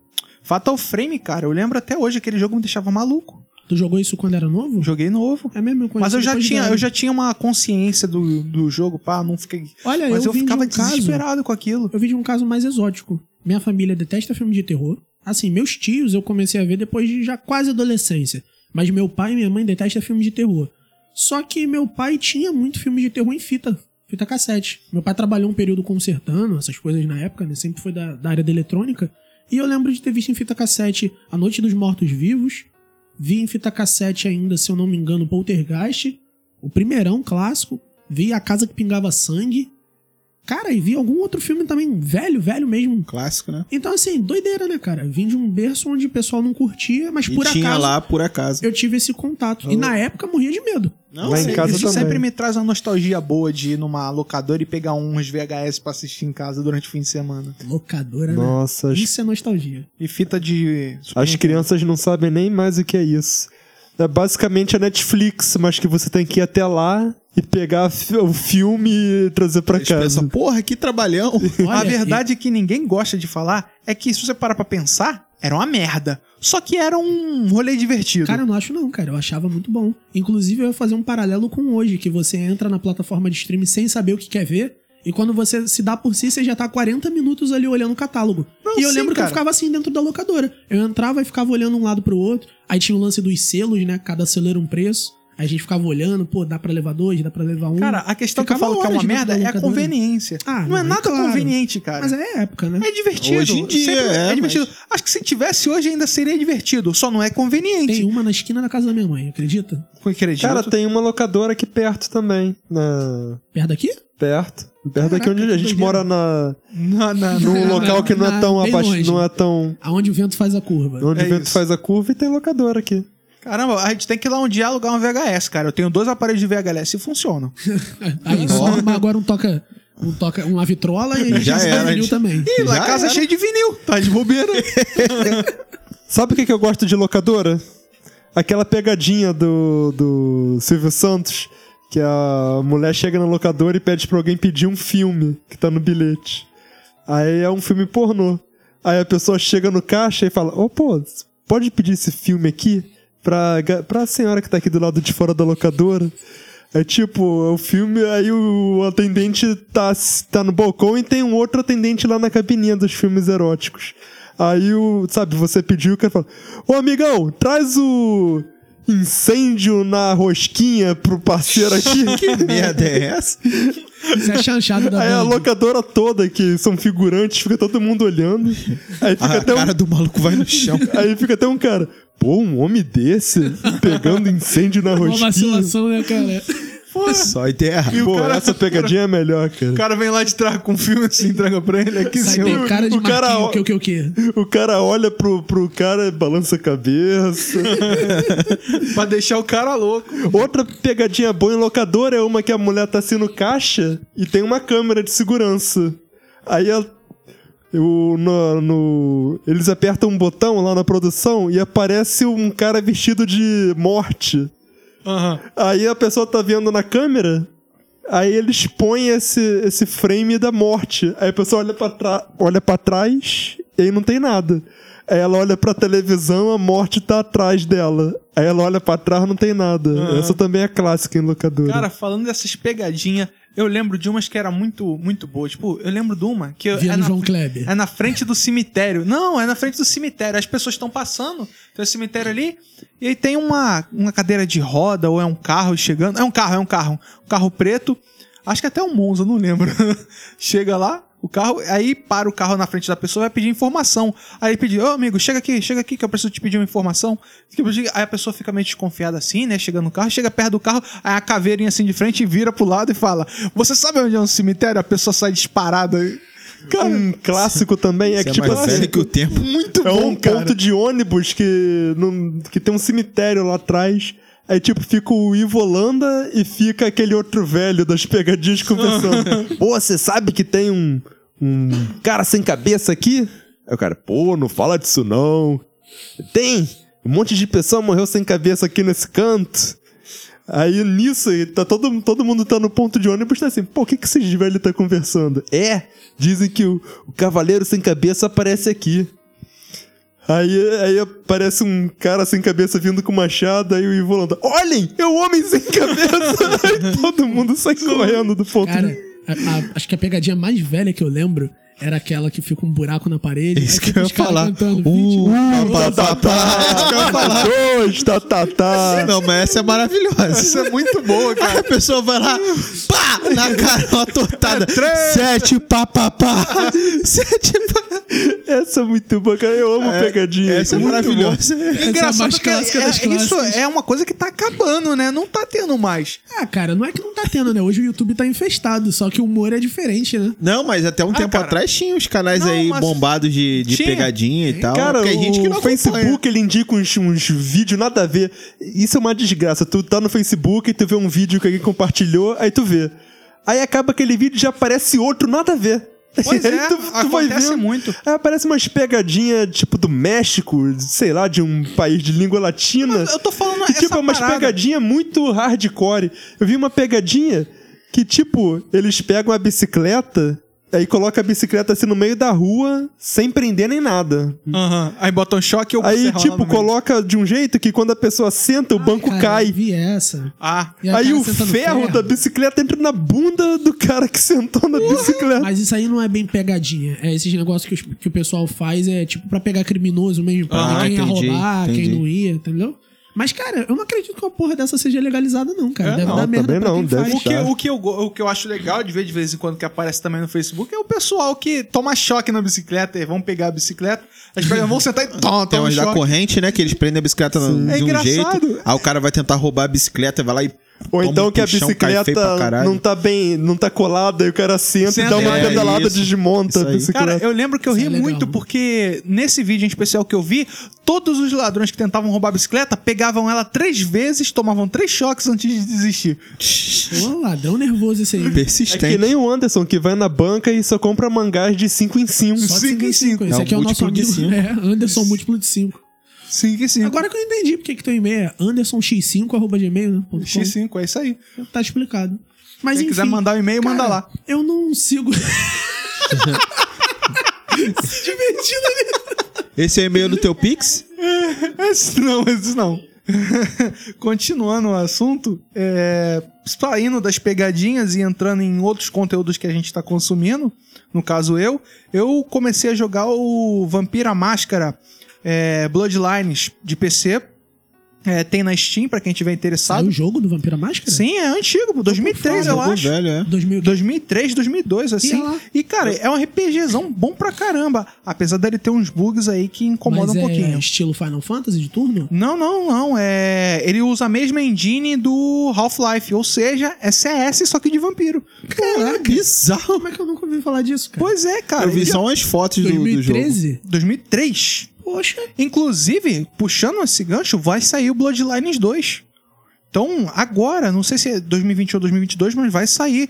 [SPEAKER 3] Fatal Frame, cara. Eu lembro até hoje aquele jogo me deixava maluco.
[SPEAKER 1] Tu jogou isso quando era novo?
[SPEAKER 3] Joguei novo.
[SPEAKER 1] É mesmo, eu conheci
[SPEAKER 3] Mas eu já
[SPEAKER 1] depois de
[SPEAKER 3] tinha,
[SPEAKER 1] velho.
[SPEAKER 3] eu já tinha uma consciência do, do jogo, pá, não fiquei.
[SPEAKER 1] Olha,
[SPEAKER 3] Mas eu,
[SPEAKER 1] vim de
[SPEAKER 3] ficava
[SPEAKER 1] um caso,
[SPEAKER 3] desesperado com aquilo.
[SPEAKER 1] Eu vi de um caso mais exótico. Minha família detesta filme de terror. Assim, meus tios eu comecei a ver depois de já quase adolescência. Mas meu pai e minha mãe detestam filme de terror. Só que meu pai tinha muito filme de terror em fita. Fita cassete. Meu pai trabalhou um período consertando essas coisas na época, né? Sempre foi da, da área da eletrônica. E eu lembro de ter visto em fita cassete A Noite dos Mortos Vivos. Vi em fita cassete ainda, se eu não me engano, Poltergeist. O primeirão clássico. Vi A Casa que Pingava Sangue. Cara, e vi algum outro filme também, velho, velho mesmo.
[SPEAKER 4] Clássico, né?
[SPEAKER 1] Então, assim, doideira, né, cara? Vim de um berço onde o pessoal não curtia, mas
[SPEAKER 4] E
[SPEAKER 1] por
[SPEAKER 4] tinha
[SPEAKER 1] acaso
[SPEAKER 4] lá, por acaso.
[SPEAKER 1] eu tive esse contato. E na época eu morria de medo.
[SPEAKER 4] Não,
[SPEAKER 2] Lá em
[SPEAKER 4] sei.
[SPEAKER 2] casa
[SPEAKER 3] Isso
[SPEAKER 2] também.
[SPEAKER 3] sempre me traz uma nostalgia boa de ir numa locadora e pegar uns VHS pra assistir em casa durante o fim de semana.
[SPEAKER 1] Locadora, né?
[SPEAKER 2] Nossa, as,
[SPEAKER 1] Isso é nostalgia.
[SPEAKER 3] E fita de.
[SPEAKER 2] as crianças não sabem nem mais o que é isso. É basicamente a Netflix, mas que você tem que ir até lá e pegar fi- o filme e trazer pra
[SPEAKER 4] Eles pensam,
[SPEAKER 2] casa.
[SPEAKER 4] porra, que trabalhão.
[SPEAKER 1] Olha,
[SPEAKER 3] a verdade é que ninguém gosta de falar é que, se você parar pra pensar, era uma merda. Só que era um rolê divertido.
[SPEAKER 1] e- cara, eu não acho não, cara. Eu achava muito bom. Inclusive, eu ia fazer um paralelo com hoje, que você entra na plataforma de streaming sem saber o que quer ver. E quando você se dá por si, você já tá 40 minutos ali olhando o catálogo.
[SPEAKER 3] Não,
[SPEAKER 1] e eu
[SPEAKER 3] sim,
[SPEAKER 1] lembro que eu
[SPEAKER 3] cara.
[SPEAKER 1] ficava assim dentro da locadora. Eu entrava e ficava olhando um lado pro outro. Aí tinha o lance dos selos, né? Cada selo era um preço. Aí a gente ficava olhando, pô, dá pra levar dois, dá pra levar um.
[SPEAKER 3] Cara, a questão que eu
[SPEAKER 1] Ficava
[SPEAKER 3] falo que é uma
[SPEAKER 1] horas dentro
[SPEAKER 3] merda
[SPEAKER 1] da
[SPEAKER 3] é a
[SPEAKER 1] locadora.
[SPEAKER 3] conveniência.
[SPEAKER 1] Ah,
[SPEAKER 3] não é
[SPEAKER 1] não,
[SPEAKER 3] nada
[SPEAKER 1] claro.
[SPEAKER 3] conveniente, cara.
[SPEAKER 1] Mas é época, né?
[SPEAKER 3] É divertido.
[SPEAKER 4] Hoje em dia,
[SPEAKER 3] Sempre
[SPEAKER 4] é,
[SPEAKER 3] é,
[SPEAKER 4] mas-
[SPEAKER 3] divertido. Acho que se tivesse hoje ainda seria divertido, só não é conveniente.
[SPEAKER 1] Tem uma na esquina da casa da minha mãe, acredita?
[SPEAKER 3] Com acredito.
[SPEAKER 2] Cara, tem uma locadora aqui perto também. Na...
[SPEAKER 1] Perto daqui?
[SPEAKER 2] Perto. Perto daqui
[SPEAKER 1] Caraca,
[SPEAKER 2] onde
[SPEAKER 1] que
[SPEAKER 2] a gente
[SPEAKER 1] doideira.
[SPEAKER 2] mora na...
[SPEAKER 3] Não, não, não.
[SPEAKER 2] num
[SPEAKER 1] Não,
[SPEAKER 2] local que não é
[SPEAKER 1] não,
[SPEAKER 2] tão
[SPEAKER 1] bem
[SPEAKER 2] abaixo.
[SPEAKER 1] longe.
[SPEAKER 2] Não é tão.
[SPEAKER 1] Aonde o vento faz a curva.
[SPEAKER 2] Onde
[SPEAKER 3] É
[SPEAKER 2] o vento
[SPEAKER 3] isso.
[SPEAKER 2] faz a curva e tem locadora aqui.
[SPEAKER 3] Caramba, a gente tem que ir lá um dia alugar um VHS, cara. Eu tenho dois aparelhos de VHS e funcionam.
[SPEAKER 1] Aí só arrumar agora um toca, um toca, uma vitrola e a gente
[SPEAKER 4] Já
[SPEAKER 1] se
[SPEAKER 4] era,
[SPEAKER 1] definiu
[SPEAKER 4] gente.
[SPEAKER 1] também.
[SPEAKER 3] Ih, lá
[SPEAKER 4] Já
[SPEAKER 3] a casa é
[SPEAKER 4] era.
[SPEAKER 3] cheia de vinil. Tá de bobeira.
[SPEAKER 2] Sabe o que, que eu gosto de locadora? Aquela pegadinha do, do Silvio Santos, que a mulher chega na locadora e pede pra alguém pedir um filme que tá no bilhete. Aí é um filme pornô. Aí a pessoa chega no caixa e fala: Ô, pô, pode pedir esse filme aqui pra, ga- pra senhora que tá aqui do lado de fora da locadora? É tipo, o filme, aí o atendente tá, tá no balcão e tem um outro atendente lá na cabininha dos filmes eróticos. Aí o, sabe, você pediu, o cara fala: Ô amigão, traz o incêndio na rosquinha pro parceiro aqui.
[SPEAKER 4] que merda é essa?
[SPEAKER 1] Isso é chanchado da
[SPEAKER 2] Aí a
[SPEAKER 1] banda.
[SPEAKER 2] locadora toda, que são figurantes, fica todo mundo olhando. Aí fica,
[SPEAKER 4] A
[SPEAKER 2] até,
[SPEAKER 4] cara
[SPEAKER 2] um,
[SPEAKER 4] do maluco vai no chão.
[SPEAKER 2] aí fica até um cara, pô, um homem desse pegando incêndio na
[SPEAKER 1] Uma
[SPEAKER 2] rosquinha.
[SPEAKER 1] vacilação, né, cara?
[SPEAKER 4] Só ideia.
[SPEAKER 2] Pô,
[SPEAKER 3] cara-
[SPEAKER 2] essa pegadinha é melhor, cara.
[SPEAKER 3] O cara vem lá de trás com um filme assim, entrega pra ele aqui,
[SPEAKER 1] Sai
[SPEAKER 3] senhor.
[SPEAKER 1] tem cara de
[SPEAKER 2] o cara-
[SPEAKER 1] marquinho, o que, o que, o que.
[SPEAKER 2] O cara olha pro, pro cara, balança a cabeça.
[SPEAKER 3] Pra deixar o cara louco.
[SPEAKER 2] Outra pegadinha boa em locadora é uma que a mulher tá assim no caixa e tem uma câmera de segurança. Aí ela- eu- no- no- eles apertam um botão lá na produção e aparece um cara vestido de morte. Aí a pessoa tá vendo na câmera, aí eles põem esse, esse frame da morte. Aí a pessoa olha pra, tra- olha pra trás e aí não tem nada. Aí ela olha pra televisão, a morte tá atrás dela. Aí ela olha pra trás, não tem nada. Essa também é clássica em locadora.
[SPEAKER 3] Cara, falando dessas pegadinhas, eu lembro de umas que era muito, muito boa. Tipo, eu lembro de uma que eu-
[SPEAKER 1] Via
[SPEAKER 3] é
[SPEAKER 1] no
[SPEAKER 3] na,
[SPEAKER 1] João Kleber.
[SPEAKER 3] é na frente do cemitério. Não, é na frente do cemitério. As pessoas estão passando, tem o cemitério ali, e aí tem uma, uma cadeira de roda ou é um carro chegando. É um carro, é um carro. Um carro preto. Acho que até um Monza, não lembro. chega lá, o carro, aí para o carro na frente da pessoa e vai pedir informação. Aí ele pede, ô amigo, chega aqui, chega aqui que eu preciso te pedir uma informação. Tipo, Aí a pessoa fica meio desconfiada assim, né? Chega no carro, chega perto do carro, aí a caveirinha assim de frente vira pro lado e fala: Você sabe onde é um cemitério? A pessoa sai disparada. Cara,
[SPEAKER 2] um clássico também é
[SPEAKER 4] Isso
[SPEAKER 2] que,
[SPEAKER 4] é
[SPEAKER 2] tipo
[SPEAKER 4] mais
[SPEAKER 2] assim,
[SPEAKER 4] velho que o tempo.
[SPEAKER 2] é um ponto de ônibus que, não- que tem um cemitério lá atrás. Aí, tipo, fica o Ivo Holanda e fica aquele outro velho das pegadinhas conversando. pô, você sabe que tem um, um cara sem cabeça aqui? Aí o cara, pô, não fala disso não. Tem! Um monte de pessoa morreu sem cabeça aqui nesse canto. Aí nisso, aí tá todo, todo mundo tá no ponto de ônibus, tá assim, pô, o que, que esses velhos tá conversando? É, dizem que o, o cavaleiro sem cabeça aparece aqui. Aí, aí aparece um cara sem cabeça vindo com machado, aí o Ivo Holanda, olhem, é o homem sem cabeça! aí todo mundo sai correndo do ponto
[SPEAKER 1] Cara,
[SPEAKER 2] de...
[SPEAKER 1] a- a- acho que a pegadinha mais velha que eu lembro era aquela que fica um buraco na parede.
[SPEAKER 4] Isso
[SPEAKER 1] Aí fica
[SPEAKER 4] que eu ia
[SPEAKER 1] os caras
[SPEAKER 4] falar.
[SPEAKER 1] Cantando,
[SPEAKER 4] Uh,
[SPEAKER 1] 20.
[SPEAKER 2] Tá,
[SPEAKER 4] tatatá.
[SPEAKER 2] Dois, tá, tá, tá.
[SPEAKER 4] Não, mas essa é maravilhosa. Essa é muito boa, cara. a pessoa vai lá, pá, na cara, uma tortada. Sete, pá, pá, pá. Sete, pá.
[SPEAKER 2] Essa é muito boa, cara. Eu amo pegadinha.
[SPEAKER 4] Essa é
[SPEAKER 2] Muito
[SPEAKER 4] maravilhosa.
[SPEAKER 3] É
[SPEAKER 1] é a
[SPEAKER 3] engraçado
[SPEAKER 1] mais
[SPEAKER 3] porque
[SPEAKER 1] clássica
[SPEAKER 3] é-
[SPEAKER 1] das
[SPEAKER 3] é- isso
[SPEAKER 1] clássicas.
[SPEAKER 3] é uma coisa que tá acabando, né? Não tá tendo mais.
[SPEAKER 1] Ah, cara, não é que não tá tendo, né? Hoje o YouTube tá infestado, só que o humor é diferente, né?
[SPEAKER 4] Não, mas até um tempo
[SPEAKER 3] cara.
[SPEAKER 4] atrás tinha os canais
[SPEAKER 3] Não,
[SPEAKER 4] aí
[SPEAKER 3] mas-
[SPEAKER 4] bombados de, de
[SPEAKER 3] Tinha.
[SPEAKER 4] pegadinha e tal.
[SPEAKER 2] Cara,
[SPEAKER 4] porque
[SPEAKER 2] o
[SPEAKER 4] tem gente que não acompanha.
[SPEAKER 2] Facebook ele indica uns, uns vídeos nada a ver. Isso é uma desgraça. Tu tá no Facebook e tu vê um vídeo que alguém compartilhou, aí tu vê. Aí acaba aquele vídeo e já aparece outro nada a ver.
[SPEAKER 3] Pois
[SPEAKER 2] Aí
[SPEAKER 3] é, acontece muito.
[SPEAKER 2] Aí aparece umas pegadinhas, tipo, do México, sei lá, de um país de língua latina.
[SPEAKER 3] Eu tô falando
[SPEAKER 2] Que,
[SPEAKER 3] essa
[SPEAKER 2] tipo, é umas
[SPEAKER 3] parada.
[SPEAKER 2] pegadinhas muito hardcore. Eu vi uma pegadinha que, tipo, eles pegam a bicicleta, aí colocam a bicicleta assim no meio da rua, sem prender nem nada.
[SPEAKER 3] Aham. Aí bota um choque e eu
[SPEAKER 2] Aí, tipo, coloca de um jeito que quando a pessoa senta, o banco
[SPEAKER 1] Cara,
[SPEAKER 2] cai.
[SPEAKER 1] Eu vi essa.
[SPEAKER 3] Ah,
[SPEAKER 1] E a
[SPEAKER 2] Aí
[SPEAKER 1] cara
[SPEAKER 2] o
[SPEAKER 1] senta
[SPEAKER 2] ferro,
[SPEAKER 1] no
[SPEAKER 2] da bicicleta entra na bunda do cara que sentou na bicicleta.
[SPEAKER 1] Mas isso aí não é bem pegadinha. É esses negócios que, os- que o pessoal faz, é tipo pra pegar criminoso mesmo, pra
[SPEAKER 4] Ah,
[SPEAKER 1] ver quem
[SPEAKER 4] entendi,
[SPEAKER 1] ia roubar,
[SPEAKER 4] entendi.
[SPEAKER 1] quem não ia, entendeu? Mas, cara, eu não acredito que uma porra dessa seja legalizada, não, cara.
[SPEAKER 3] É,
[SPEAKER 1] Deve
[SPEAKER 2] não,
[SPEAKER 1] dar merda
[SPEAKER 2] também
[SPEAKER 1] pra
[SPEAKER 2] não,
[SPEAKER 1] quem
[SPEAKER 2] deve
[SPEAKER 1] faz.
[SPEAKER 3] O que,
[SPEAKER 2] Tá.
[SPEAKER 3] o, que eu, go- o que eu acho legal de ver de vez em quando que aparece também no Facebook é o pessoal que toma choque na bicicleta e vão pegar a bicicleta, eles pegam, vão sentar e tom,
[SPEAKER 4] Tem
[SPEAKER 3] toma um
[SPEAKER 4] umas da
[SPEAKER 3] choque.
[SPEAKER 4] corrente, né? Que eles prendem a bicicleta no-
[SPEAKER 3] É
[SPEAKER 4] de um
[SPEAKER 3] engraçado.
[SPEAKER 4] jeito. Aí o cara vai tentar roubar a bicicleta, vai lá e.
[SPEAKER 2] Ou
[SPEAKER 4] toma
[SPEAKER 2] então
[SPEAKER 4] um
[SPEAKER 2] que a
[SPEAKER 4] puxão, cai feio pra
[SPEAKER 2] bicicleta
[SPEAKER 4] caralho.
[SPEAKER 2] não tá bem, não tá colada, aí o cara senta,
[SPEAKER 3] Senta,
[SPEAKER 2] e dá uma
[SPEAKER 3] é,
[SPEAKER 2] pedalada,
[SPEAKER 4] isso.
[SPEAKER 2] desmonta
[SPEAKER 4] Isso
[SPEAKER 2] a
[SPEAKER 4] aí.
[SPEAKER 2] bicicleta.
[SPEAKER 3] Cara, eu lembro que eu
[SPEAKER 1] Isso
[SPEAKER 3] ri
[SPEAKER 1] é legal,
[SPEAKER 3] muito
[SPEAKER 1] né?
[SPEAKER 3] porque nesse vídeo em especial que eu vi, todos os ladrões que tentavam roubar a bicicleta pegavam ela três vezes, tomavam três choques antes de desistir.
[SPEAKER 1] Pô, ladrão nervoso esse aí.
[SPEAKER 2] É
[SPEAKER 4] Persistente.
[SPEAKER 2] que nem o Anderson, que vai na banca e só compra mangás de 5 em 5.
[SPEAKER 1] Só de cinco em cinco. Esse
[SPEAKER 4] É um
[SPEAKER 1] aqui é o nosso
[SPEAKER 4] múltiplo de
[SPEAKER 1] amigo.
[SPEAKER 4] cinco.
[SPEAKER 1] É, Anderson múltiplo de 5.
[SPEAKER 3] Cinco e cinco.
[SPEAKER 1] Agora que eu entendi porque que teu e-mail é andersonx5.gmail.com.
[SPEAKER 3] X5, é isso aí.
[SPEAKER 1] né? Tá explicado. Mas
[SPEAKER 3] Quem
[SPEAKER 1] enfim,
[SPEAKER 3] quiser mandar um e-mail,
[SPEAKER 1] cara,
[SPEAKER 3] manda lá.
[SPEAKER 1] Eu não sigo. Se divertindo ali.
[SPEAKER 4] Esse é o e-mail do teu Pix?
[SPEAKER 3] Esse É, não, esse não. Continuando o assunto, é, saindo das pegadinhas e entrando em outros conteúdos que a gente está consumindo, no caso eu, eu comecei a jogar o Vampira Máscara é, Bloodlines de PC. É, tem na Steam, para quem tiver
[SPEAKER 1] Saiu
[SPEAKER 3] interessado.
[SPEAKER 1] o um jogo do Vampira Máscara?
[SPEAKER 3] Sim, é antigo, 2003 eu
[SPEAKER 4] Jogou
[SPEAKER 3] acho.
[SPEAKER 4] velho, é.
[SPEAKER 1] 2000
[SPEAKER 3] 2003, 2002, assim.
[SPEAKER 1] lá.
[SPEAKER 3] E, cara, é um RPGzão bom pra caramba. Apesar dele ter uns bugs aí que incomodam
[SPEAKER 1] Mas
[SPEAKER 3] um
[SPEAKER 1] é
[SPEAKER 3] pouquinho.
[SPEAKER 1] estilo Final Fantasy de turno?
[SPEAKER 3] Não, não, não. É... Ele usa a mesma engine do Half-Life, ou seja, é CS, só que de vampiro.
[SPEAKER 1] Caraca.
[SPEAKER 4] Bizarro.
[SPEAKER 1] Como é que eu nunca ouvi falar disso, cara?
[SPEAKER 3] Pois é, cara.
[SPEAKER 4] Eu vi
[SPEAKER 3] Ele-
[SPEAKER 4] só umas fotos do, do jogo.
[SPEAKER 1] 2013?
[SPEAKER 3] 2003.
[SPEAKER 1] Poxa.
[SPEAKER 3] Inclusive, puxando esse gancho, vai sair o Bloodlines 2. Então, agora, não sei se é 2021 ou 2022, mas vai sair.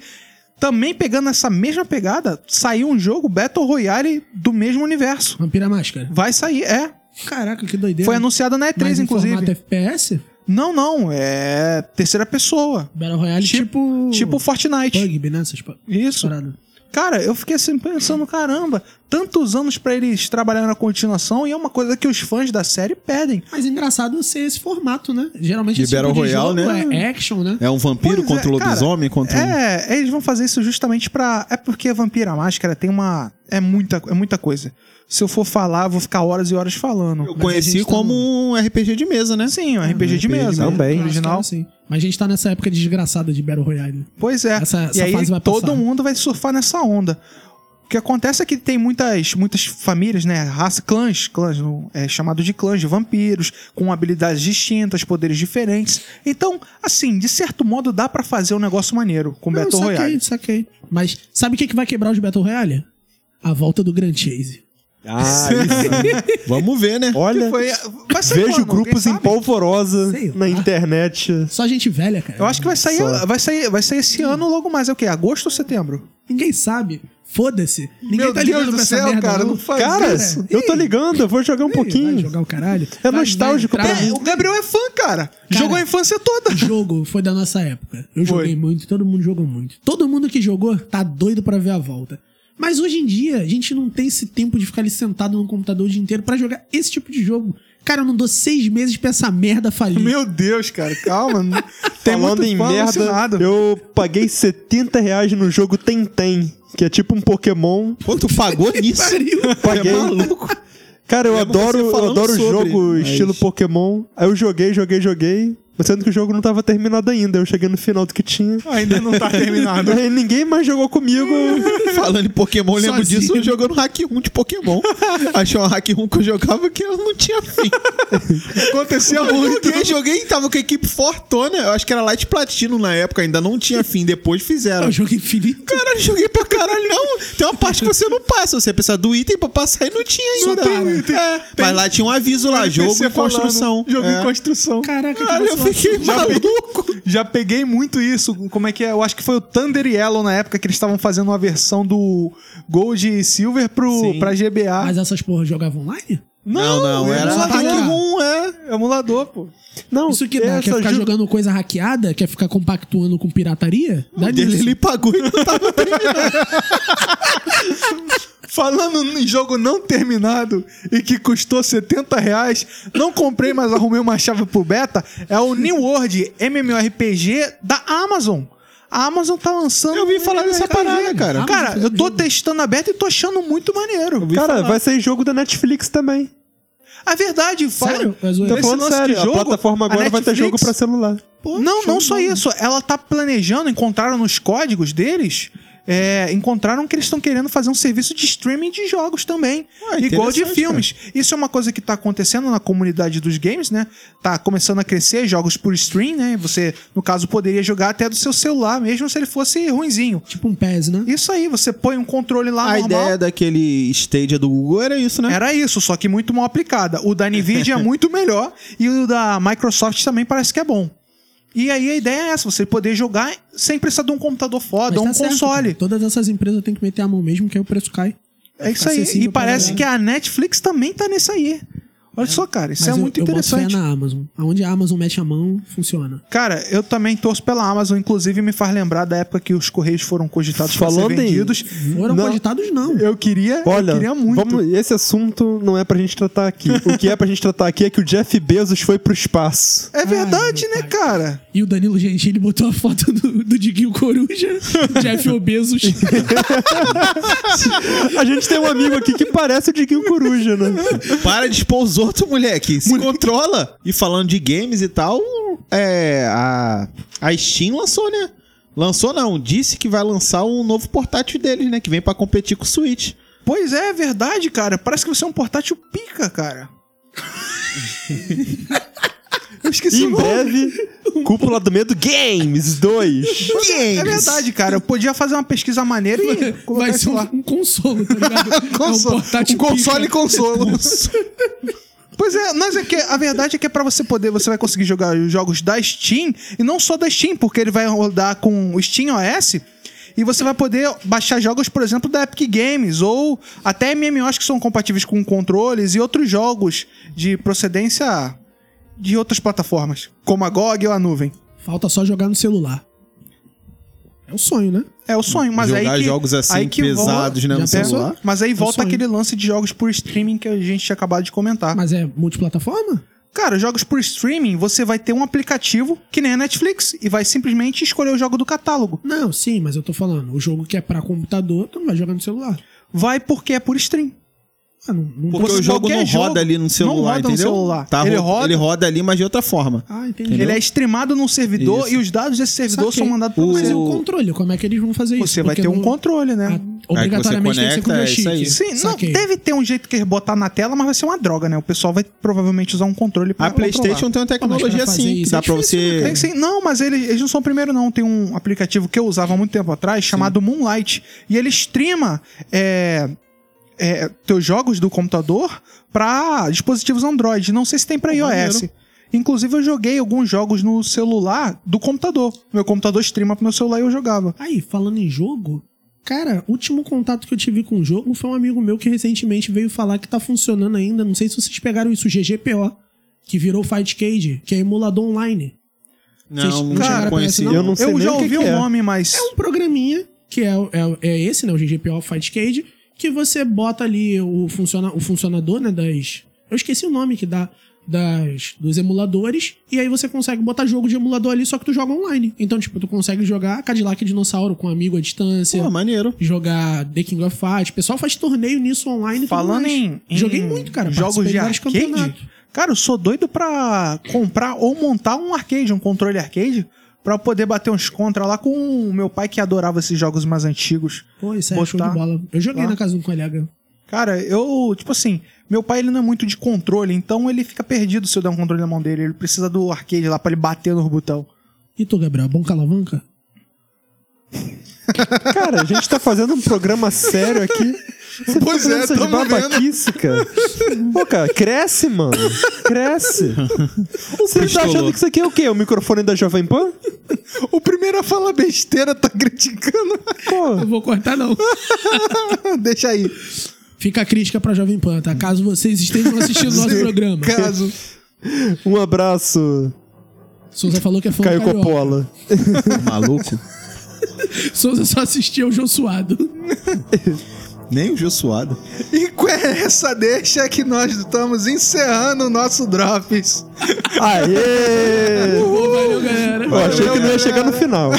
[SPEAKER 3] Também pegando essa mesma pegada, saiu um jogo Battle Royale do mesmo universo.
[SPEAKER 1] Vampira Máscara.
[SPEAKER 3] Vai sair, é.
[SPEAKER 1] Caraca, que doideira.
[SPEAKER 3] Foi anunciado na
[SPEAKER 1] Mas
[SPEAKER 3] E3,
[SPEAKER 1] em
[SPEAKER 3] inclusive.
[SPEAKER 1] formato FPS?
[SPEAKER 3] Não, não. É terceira pessoa.
[SPEAKER 1] Battle Royale tipo...
[SPEAKER 3] Tipo Fortnite.
[SPEAKER 1] Pugby, né? Essas pa-
[SPEAKER 3] Isso.
[SPEAKER 1] paradas.
[SPEAKER 3] Cara, eu fiquei assim pensando, caramba, tantos anos pra eles trabalharem na continuação e é uma coisa que os fãs da série pedem.
[SPEAKER 1] Mas é engraçado ser esse formato, né? Geralmente
[SPEAKER 4] De
[SPEAKER 1] esse tipo
[SPEAKER 4] Battle
[SPEAKER 1] de
[SPEAKER 4] Royale,
[SPEAKER 1] jogo
[SPEAKER 4] né?
[SPEAKER 1] é action, né?
[SPEAKER 4] É um vampiro
[SPEAKER 3] Pois é,
[SPEAKER 4] contra o
[SPEAKER 3] cara,
[SPEAKER 4] lobisomem? Contra um-
[SPEAKER 3] É, eles vão fazer isso justamente pra. É porque a Vampira Máscara tem uma. É muita, é muita coisa. Se eu for falar, eu vou ficar horas e horas falando.
[SPEAKER 4] Eu
[SPEAKER 1] Mas a
[SPEAKER 4] conheci
[SPEAKER 1] gente tá
[SPEAKER 4] como um RPG de mesa, né?
[SPEAKER 3] Sim, um RPG de
[SPEAKER 4] RPG de
[SPEAKER 3] mesa.
[SPEAKER 4] mesa.
[SPEAKER 2] Também.
[SPEAKER 3] Original.
[SPEAKER 1] Acho que era assim. Mas a gente tá nessa época desgraçada de Battle Royale.
[SPEAKER 3] Pois é.
[SPEAKER 1] Essa-
[SPEAKER 3] e
[SPEAKER 1] essa
[SPEAKER 3] aí
[SPEAKER 1] fase vai
[SPEAKER 3] todo
[SPEAKER 1] passar.
[SPEAKER 3] mundo vai surfar nessa onda. O que acontece é que tem muitas, muitas famílias, né? Raça, clãs, clãs, no- é chamado de clãs de vampiros, com habilidades distintas, poderes diferentes. Então, assim, de certo modo dá pra fazer um negócio maneiro com
[SPEAKER 1] Não,
[SPEAKER 3] Battle
[SPEAKER 1] saquei,
[SPEAKER 3] Royale.
[SPEAKER 1] saquei. Mas sabe o que, que vai quebrar os Battle Royale? A volta do Grand Chase.
[SPEAKER 2] Ah, isso.
[SPEAKER 4] Vamos ver, né?
[SPEAKER 2] Olha,
[SPEAKER 3] Que foi- vai sair
[SPEAKER 2] vejo
[SPEAKER 3] quando? Alguém
[SPEAKER 2] grupos em
[SPEAKER 3] sabe?
[SPEAKER 2] polvorosa
[SPEAKER 1] Sei lá.
[SPEAKER 2] na internet.
[SPEAKER 1] Só gente velha, cara.
[SPEAKER 3] Eu acho que vai sair,
[SPEAKER 2] Só.
[SPEAKER 3] vai sair, vai sair esse ano logo mais. É o quê? Agosto ou setembro?
[SPEAKER 1] Ninguém sabe. Foda-se. Ninguém
[SPEAKER 3] Meu
[SPEAKER 1] tá
[SPEAKER 3] Deus
[SPEAKER 1] ligando
[SPEAKER 3] do
[SPEAKER 1] pra essa
[SPEAKER 3] céu,
[SPEAKER 1] merda,
[SPEAKER 3] cara,
[SPEAKER 1] não.
[SPEAKER 3] não faz
[SPEAKER 2] Cara,
[SPEAKER 1] isso.
[SPEAKER 2] eu tô ligando, eu vou jogar um
[SPEAKER 1] Ih, Vai
[SPEAKER 2] pouquinho.
[SPEAKER 1] jogar o caralho.
[SPEAKER 2] É nostálgico
[SPEAKER 1] vai entrar-
[SPEAKER 2] pra mim.
[SPEAKER 3] O Gabriel é fã, cara. Jogou a infância toda.
[SPEAKER 1] O jogo foi da nossa época. Eu
[SPEAKER 3] Foi.
[SPEAKER 1] joguei muito, todo mundo jogou muito. Todo mundo que jogou tá doido pra ver a volta. Mas hoje em dia, a gente não tem esse tempo de ficar ali sentado no computador o dia inteiro pra jogar esse tipo de jogo Cara, eu não dou seis meses pra essa merda falir.
[SPEAKER 3] Meu Deus, cara, calma. não- Tem
[SPEAKER 2] Falando
[SPEAKER 3] muito
[SPEAKER 2] em
[SPEAKER 3] fã
[SPEAKER 2] merda,
[SPEAKER 3] alucinado.
[SPEAKER 2] eu paguei 70 reais no jogo Tentem, que é tipo um Pokémon.
[SPEAKER 4] Pô, tu pagou nisso?
[SPEAKER 1] Pariu.
[SPEAKER 2] Paguei.
[SPEAKER 4] É maluco.
[SPEAKER 2] Cara, eu
[SPEAKER 3] É,
[SPEAKER 4] Lembro você
[SPEAKER 2] adoro, eu
[SPEAKER 4] falando
[SPEAKER 2] adoro
[SPEAKER 4] sobre,
[SPEAKER 2] jogo
[SPEAKER 4] mas-
[SPEAKER 2] estilo Pokémon. Aí eu joguei, joguei, joguei. Mas sendo que o jogo não tava terminado ainda. Eu cheguei no final do que tinha.
[SPEAKER 3] Ainda não tá terminado. Hum,
[SPEAKER 2] Aí É, ninguém mais jogou comigo.
[SPEAKER 4] Falando em Pokémon, eu lembro
[SPEAKER 1] Sozinho.
[SPEAKER 4] disso jogando Hack 1 de Pokémon. Achei um Hack 1 que eu jogava que eu não tinha fim.
[SPEAKER 3] Aconteceu
[SPEAKER 4] Eu
[SPEAKER 3] muito.
[SPEAKER 4] joguei, joguei, tava com a equipe fortona. Eu acho que era Light Platino na época, ainda não tinha fim, depois
[SPEAKER 1] É
[SPEAKER 4] fizeram.
[SPEAKER 1] um jogo infinito.
[SPEAKER 4] Caralho, joguei pra caralho, não. Tem uma parte que você não passa. Você precisa do item pra passar e não tinha
[SPEAKER 1] Só
[SPEAKER 4] ainda.
[SPEAKER 1] tem o
[SPEAKER 3] item.
[SPEAKER 4] É, mas lá tinha um aviso lá, jogo
[SPEAKER 3] NPC
[SPEAKER 4] em
[SPEAKER 3] falando,
[SPEAKER 4] construção.
[SPEAKER 3] Jogo
[SPEAKER 4] é.
[SPEAKER 3] em construção.
[SPEAKER 1] Caraca, que
[SPEAKER 4] Caralho, eu
[SPEAKER 1] emoção.
[SPEAKER 4] fiquei
[SPEAKER 3] Já peguei-
[SPEAKER 4] maluco.
[SPEAKER 3] Já peguei muito isso. Como é que é? Eu acho que foi o Thunder e Yellow na época que eles estavam fazendo uma versão do Gold e Silver pro,
[SPEAKER 2] Sim.
[SPEAKER 3] pra GBA.
[SPEAKER 1] Mas essas porra jogavam online?
[SPEAKER 4] Não, não,
[SPEAKER 3] é
[SPEAKER 4] era
[SPEAKER 3] emulador.
[SPEAKER 1] hackear.
[SPEAKER 3] Um, é emulador, pô.
[SPEAKER 2] Não, é
[SPEAKER 1] Isso que dá, quer
[SPEAKER 2] essa
[SPEAKER 1] ficar
[SPEAKER 2] ju-
[SPEAKER 1] jogando coisa hackeada? Quer ficar compactuando com pirataria? Dá
[SPEAKER 4] O dele
[SPEAKER 1] nisso.
[SPEAKER 4] ele pagou e não tava
[SPEAKER 3] Falando em jogo não terminado e que custou 70 reais, não comprei, mas arrumei uma chave pro beta, é o New World MMORPG da Amazon. A Amazon tá lançando.
[SPEAKER 4] Eu ouvi falar dessa parada, cara.
[SPEAKER 1] Ah,
[SPEAKER 3] Cara,
[SPEAKER 1] mas
[SPEAKER 3] eu tô
[SPEAKER 1] jogo.
[SPEAKER 3] testando aberto e tô achando muito maneiro.
[SPEAKER 2] Cara, vai sair jogo da Netflix também.
[SPEAKER 3] A verdade, fala-
[SPEAKER 1] Sério? Mas o-
[SPEAKER 2] Tô
[SPEAKER 1] Esse
[SPEAKER 2] falando
[SPEAKER 3] lance de
[SPEAKER 2] sério,
[SPEAKER 3] jogo,
[SPEAKER 2] a plataforma
[SPEAKER 3] a
[SPEAKER 2] agora vai ter
[SPEAKER 3] Netflix-
[SPEAKER 2] jogo pra celular.
[SPEAKER 3] não, não só isso. Ela tá planejando, encontraram nos códigos deles, é, encontraram que eles estão querendo fazer um serviço de streaming de jogos também.
[SPEAKER 4] Ah,
[SPEAKER 3] igual de
[SPEAKER 4] interessante,
[SPEAKER 3] filmes. Isso é uma coisa que tá acontecendo na comunidade dos games, né? Tá começando a crescer jogos por stream, né? Você, no caso, poderia jogar até do seu celular, mesmo se ele fosse ruinzinho.
[SPEAKER 1] Tipo um PES, né?
[SPEAKER 3] Isso aí, você põe um controle lá
[SPEAKER 4] A
[SPEAKER 3] normal.
[SPEAKER 4] ideia daquele Stadia do Google era isso, né?
[SPEAKER 3] Era isso, só que muito mal aplicada. O da Nvidia é muito melhor e o da Microsoft também parece que é bom. E aí a ideia é essa, você poder jogar sem precisar de um computador
[SPEAKER 1] Mas
[SPEAKER 3] foda, um
[SPEAKER 1] tá certo,
[SPEAKER 3] console.
[SPEAKER 1] cara. Todas essas empresas têm que meter a mão mesmo, que aí o preço cai.
[SPEAKER 3] é isso aí.
[SPEAKER 1] Acessível
[SPEAKER 3] E
[SPEAKER 1] pra
[SPEAKER 3] parece
[SPEAKER 1] galera.
[SPEAKER 3] que a Netflix também tá nisso aí. Olha só, cara, isso
[SPEAKER 1] Mas
[SPEAKER 3] é
[SPEAKER 1] eu-
[SPEAKER 3] muito
[SPEAKER 1] eu boto
[SPEAKER 3] interessante.
[SPEAKER 1] fé na Amazon. Aonde a Amazon mete a mão, funciona.
[SPEAKER 3] Cara, eu também torço pela Amazon, inclusive me faz lembrar da época que os Correios foram cogitados
[SPEAKER 2] Falando
[SPEAKER 3] para
[SPEAKER 2] em-
[SPEAKER 3] ser vendidos.
[SPEAKER 1] Foram
[SPEAKER 2] Não.
[SPEAKER 1] cogitados, não.
[SPEAKER 3] Eu queria,
[SPEAKER 2] Olha,
[SPEAKER 3] eu queria muito.
[SPEAKER 2] vamos- esse assunto não é pra gente tratar aqui. o que é pra gente tratar aqui é que o Jeff Bezos foi pro espaço.
[SPEAKER 3] É verdade,
[SPEAKER 1] Ai, meu
[SPEAKER 3] né,
[SPEAKER 1] pai.
[SPEAKER 3] cara?
[SPEAKER 1] E o Danilo Gentili botou a foto do, do Diguinho Coruja, Jeff Obesos.
[SPEAKER 2] A gente tem um amigo aqui que parece o Diguinho Coruja, né?
[SPEAKER 4] Para de expor os outros, moleque. Se controla. E falando de games e tal, é, a, a Steam lançou, né? Lançou não, disse que vai lançar um novo portátil deles, né? Que vem pra competir com o Switch.
[SPEAKER 3] Pois é, é verdade, cara. Parece que você é um portátil pica, cara. Eu esqueci o
[SPEAKER 2] Em
[SPEAKER 3] nome.
[SPEAKER 2] breve, Cúpula do Medo Games 2.
[SPEAKER 3] É verdade, cara. Eu podia fazer uma pesquisa maneira e colocar
[SPEAKER 1] Vai ser
[SPEAKER 3] isso
[SPEAKER 1] um,
[SPEAKER 3] lá.
[SPEAKER 1] um consolo, tá ligado?
[SPEAKER 3] Console.
[SPEAKER 1] É um portátil
[SPEAKER 3] Um console e
[SPEAKER 1] pica.
[SPEAKER 3] consolo. Pois é, mas é que a verdade é que é pra você poder, você vai conseguir jogar os jogos da Steam e não só da Steam, porque ele vai rodar com o Steam OS e você vai poder baixar jogos, por exemplo, da Epic Games ou até MMOs que são compatíveis com controles e outros jogos de procedência de outras plataformas, como a GOG ou a nuvem.
[SPEAKER 1] Falta só jogar no celular. É o sonho, né?
[SPEAKER 3] É o sonho, mas
[SPEAKER 4] Jogar
[SPEAKER 3] aí que,
[SPEAKER 4] jogos assim
[SPEAKER 3] aí que
[SPEAKER 4] pesados,
[SPEAKER 3] volta-
[SPEAKER 4] né, no
[SPEAKER 3] Já pensou?
[SPEAKER 4] celular?
[SPEAKER 3] Mas aí volta
[SPEAKER 1] sonho.
[SPEAKER 3] aquele lance de jogos por streaming que a gente tinha acabado de comentar.
[SPEAKER 1] Mas é multiplataforma?
[SPEAKER 3] Cara, jogos por streaming, você vai ter um aplicativo que nem a Netflix e vai simplesmente escolher o jogo do catálogo.
[SPEAKER 1] Não, sim, mas eu tô falando. O jogo que é pra computador, tu não vai jogar no celular.
[SPEAKER 3] Vai porque é por stream.
[SPEAKER 1] Ah, não, não
[SPEAKER 4] Porque
[SPEAKER 3] Você-
[SPEAKER 4] o jogo
[SPEAKER 3] qualquer
[SPEAKER 4] não
[SPEAKER 3] jogo
[SPEAKER 4] roda ali
[SPEAKER 3] não
[SPEAKER 4] no
[SPEAKER 3] roda
[SPEAKER 4] celular,
[SPEAKER 3] no
[SPEAKER 4] entendeu?
[SPEAKER 3] celular.
[SPEAKER 4] Tá,
[SPEAKER 3] Ele
[SPEAKER 4] ro-
[SPEAKER 3] roda-
[SPEAKER 4] ele roda ali, mas de outra forma.
[SPEAKER 1] Ah, entendi.
[SPEAKER 3] Ele é streamado num servidor
[SPEAKER 4] Isso.
[SPEAKER 3] e os dados desse servidor
[SPEAKER 1] Saquei.
[SPEAKER 3] são mandados pra
[SPEAKER 1] Mas
[SPEAKER 3] você.
[SPEAKER 1] e o controle? Como é que eles vão fazer isso?
[SPEAKER 3] Você vai
[SPEAKER 1] Porque
[SPEAKER 3] ter um
[SPEAKER 1] não-
[SPEAKER 3] controle,
[SPEAKER 1] Ah,
[SPEAKER 3] né?
[SPEAKER 1] Obrigatoriamente tem que ser com o
[SPEAKER 4] conecta, é isso aí.
[SPEAKER 1] joystick.
[SPEAKER 3] Sim, não,
[SPEAKER 1] Saquei.
[SPEAKER 3] deve ter um jeito que eles botar na tela, mas vai ser uma droga, né? O pessoal vai provavelmente usar um controle pra
[SPEAKER 4] A PlayStation tem uma
[SPEAKER 1] Pô,
[SPEAKER 4] tecnologia
[SPEAKER 1] mas pra fazer
[SPEAKER 4] assim, que
[SPEAKER 1] isso
[SPEAKER 4] dá
[SPEAKER 1] é
[SPEAKER 4] pra
[SPEAKER 1] difícil,
[SPEAKER 4] você.
[SPEAKER 3] Tem sim. Não, mas ele- eles, não são o primeiro, não. Tem um aplicativo que eu usava há muito tempo atrás chamado Moonlight. E ele streama é, é, teus jogos do computador pra dispositivos Android. Não sei se tem pra iOS.
[SPEAKER 4] maneiro.
[SPEAKER 3] Inclusive, eu joguei alguns jogos no celular do computador. Meu computador streama pro meu celular e eu jogava.
[SPEAKER 1] Aí, falando em jogo, cara, o último contato que eu tive com o jogo foi um amigo meu que recentemente veio falar que tá funcionando ainda. Não sei se vocês pegaram isso, o GGPO, que virou Fight Cage, que é emulador online.
[SPEAKER 4] Não, não
[SPEAKER 1] Cara,
[SPEAKER 4] tinha
[SPEAKER 1] parece
[SPEAKER 4] conhecido.
[SPEAKER 1] não.
[SPEAKER 2] Eu não sei
[SPEAKER 3] eu
[SPEAKER 2] nem
[SPEAKER 3] já
[SPEAKER 2] o que que
[SPEAKER 3] ouvi o
[SPEAKER 2] é.
[SPEAKER 3] nome, mas.
[SPEAKER 1] É um programinha, que é, é, é esse, né? O GGPO Fight Cage, que você bota ali o, funciona, o funcionador, né? Das. Eu esqueci o nome que dá. das, dos emuladores, e aí você consegue botar jogo de emulador ali, só que tu joga online. Então, tipo, tu consegue jogar Cadillac e Dinossauro com um amigo à distância,
[SPEAKER 4] Pô, maneiro.
[SPEAKER 1] jogar The King of Fight. O pessoal faz torneio nisso online. e tudo
[SPEAKER 3] Falando
[SPEAKER 1] mais.
[SPEAKER 3] em, em
[SPEAKER 1] Joguei muito, cara.
[SPEAKER 3] Jogos
[SPEAKER 1] participei
[SPEAKER 3] de
[SPEAKER 1] vários campeonatos.
[SPEAKER 3] arcade. Cara, eu sou doido pra comprar ou montar um arcade, um controle arcade, pra eu poder bater uns contra lá com o meu pai que adorava esses jogos mais antigos.
[SPEAKER 1] Pô, isso é show
[SPEAKER 3] Botar
[SPEAKER 1] de bola. Eu joguei
[SPEAKER 3] lá.
[SPEAKER 1] na casa de um colega.
[SPEAKER 3] Cara, eu, tipo assim, meu pai ele não é muito de controle, então ele fica perdido se eu der um controle na mão dele. Ele precisa do arcade lá pra ele bater no botão.
[SPEAKER 1] E tu, Gabriel, é bom calavanca?
[SPEAKER 2] Cara, a gente tá fazendo um programa sério aqui.
[SPEAKER 5] Pois
[SPEAKER 2] Você tá fazendo
[SPEAKER 5] é,
[SPEAKER 2] essas
[SPEAKER 5] tamo vendo.
[SPEAKER 2] babaquice, cara. Pô, cara, cresce, mano. Cresce. Você tá achando que isso aqui é o quê? O microfone da Jovem Pan?
[SPEAKER 3] O primeiro a falar besteira tá criticando.
[SPEAKER 1] Não
[SPEAKER 2] Pô,
[SPEAKER 1] vou cortar, não.
[SPEAKER 3] Deixa aí.
[SPEAKER 1] Fica a crítica pra Jovem Pan, tá? Caso vocês estejam assistindo nosso programa.
[SPEAKER 3] Caso.
[SPEAKER 2] um abraço,
[SPEAKER 1] Souza falou que é fã
[SPEAKER 2] Caio
[SPEAKER 1] do Carioca.
[SPEAKER 2] Coppola.
[SPEAKER 4] Maluco.
[SPEAKER 1] Souza só assistia o João Suado.
[SPEAKER 4] Nem o Jô Suado.
[SPEAKER 3] E com essa deixa que nós estamos encerrando o nosso Drops.
[SPEAKER 2] Aê!
[SPEAKER 1] Valeu, galera.
[SPEAKER 2] Eu achei que não ia chegar no final.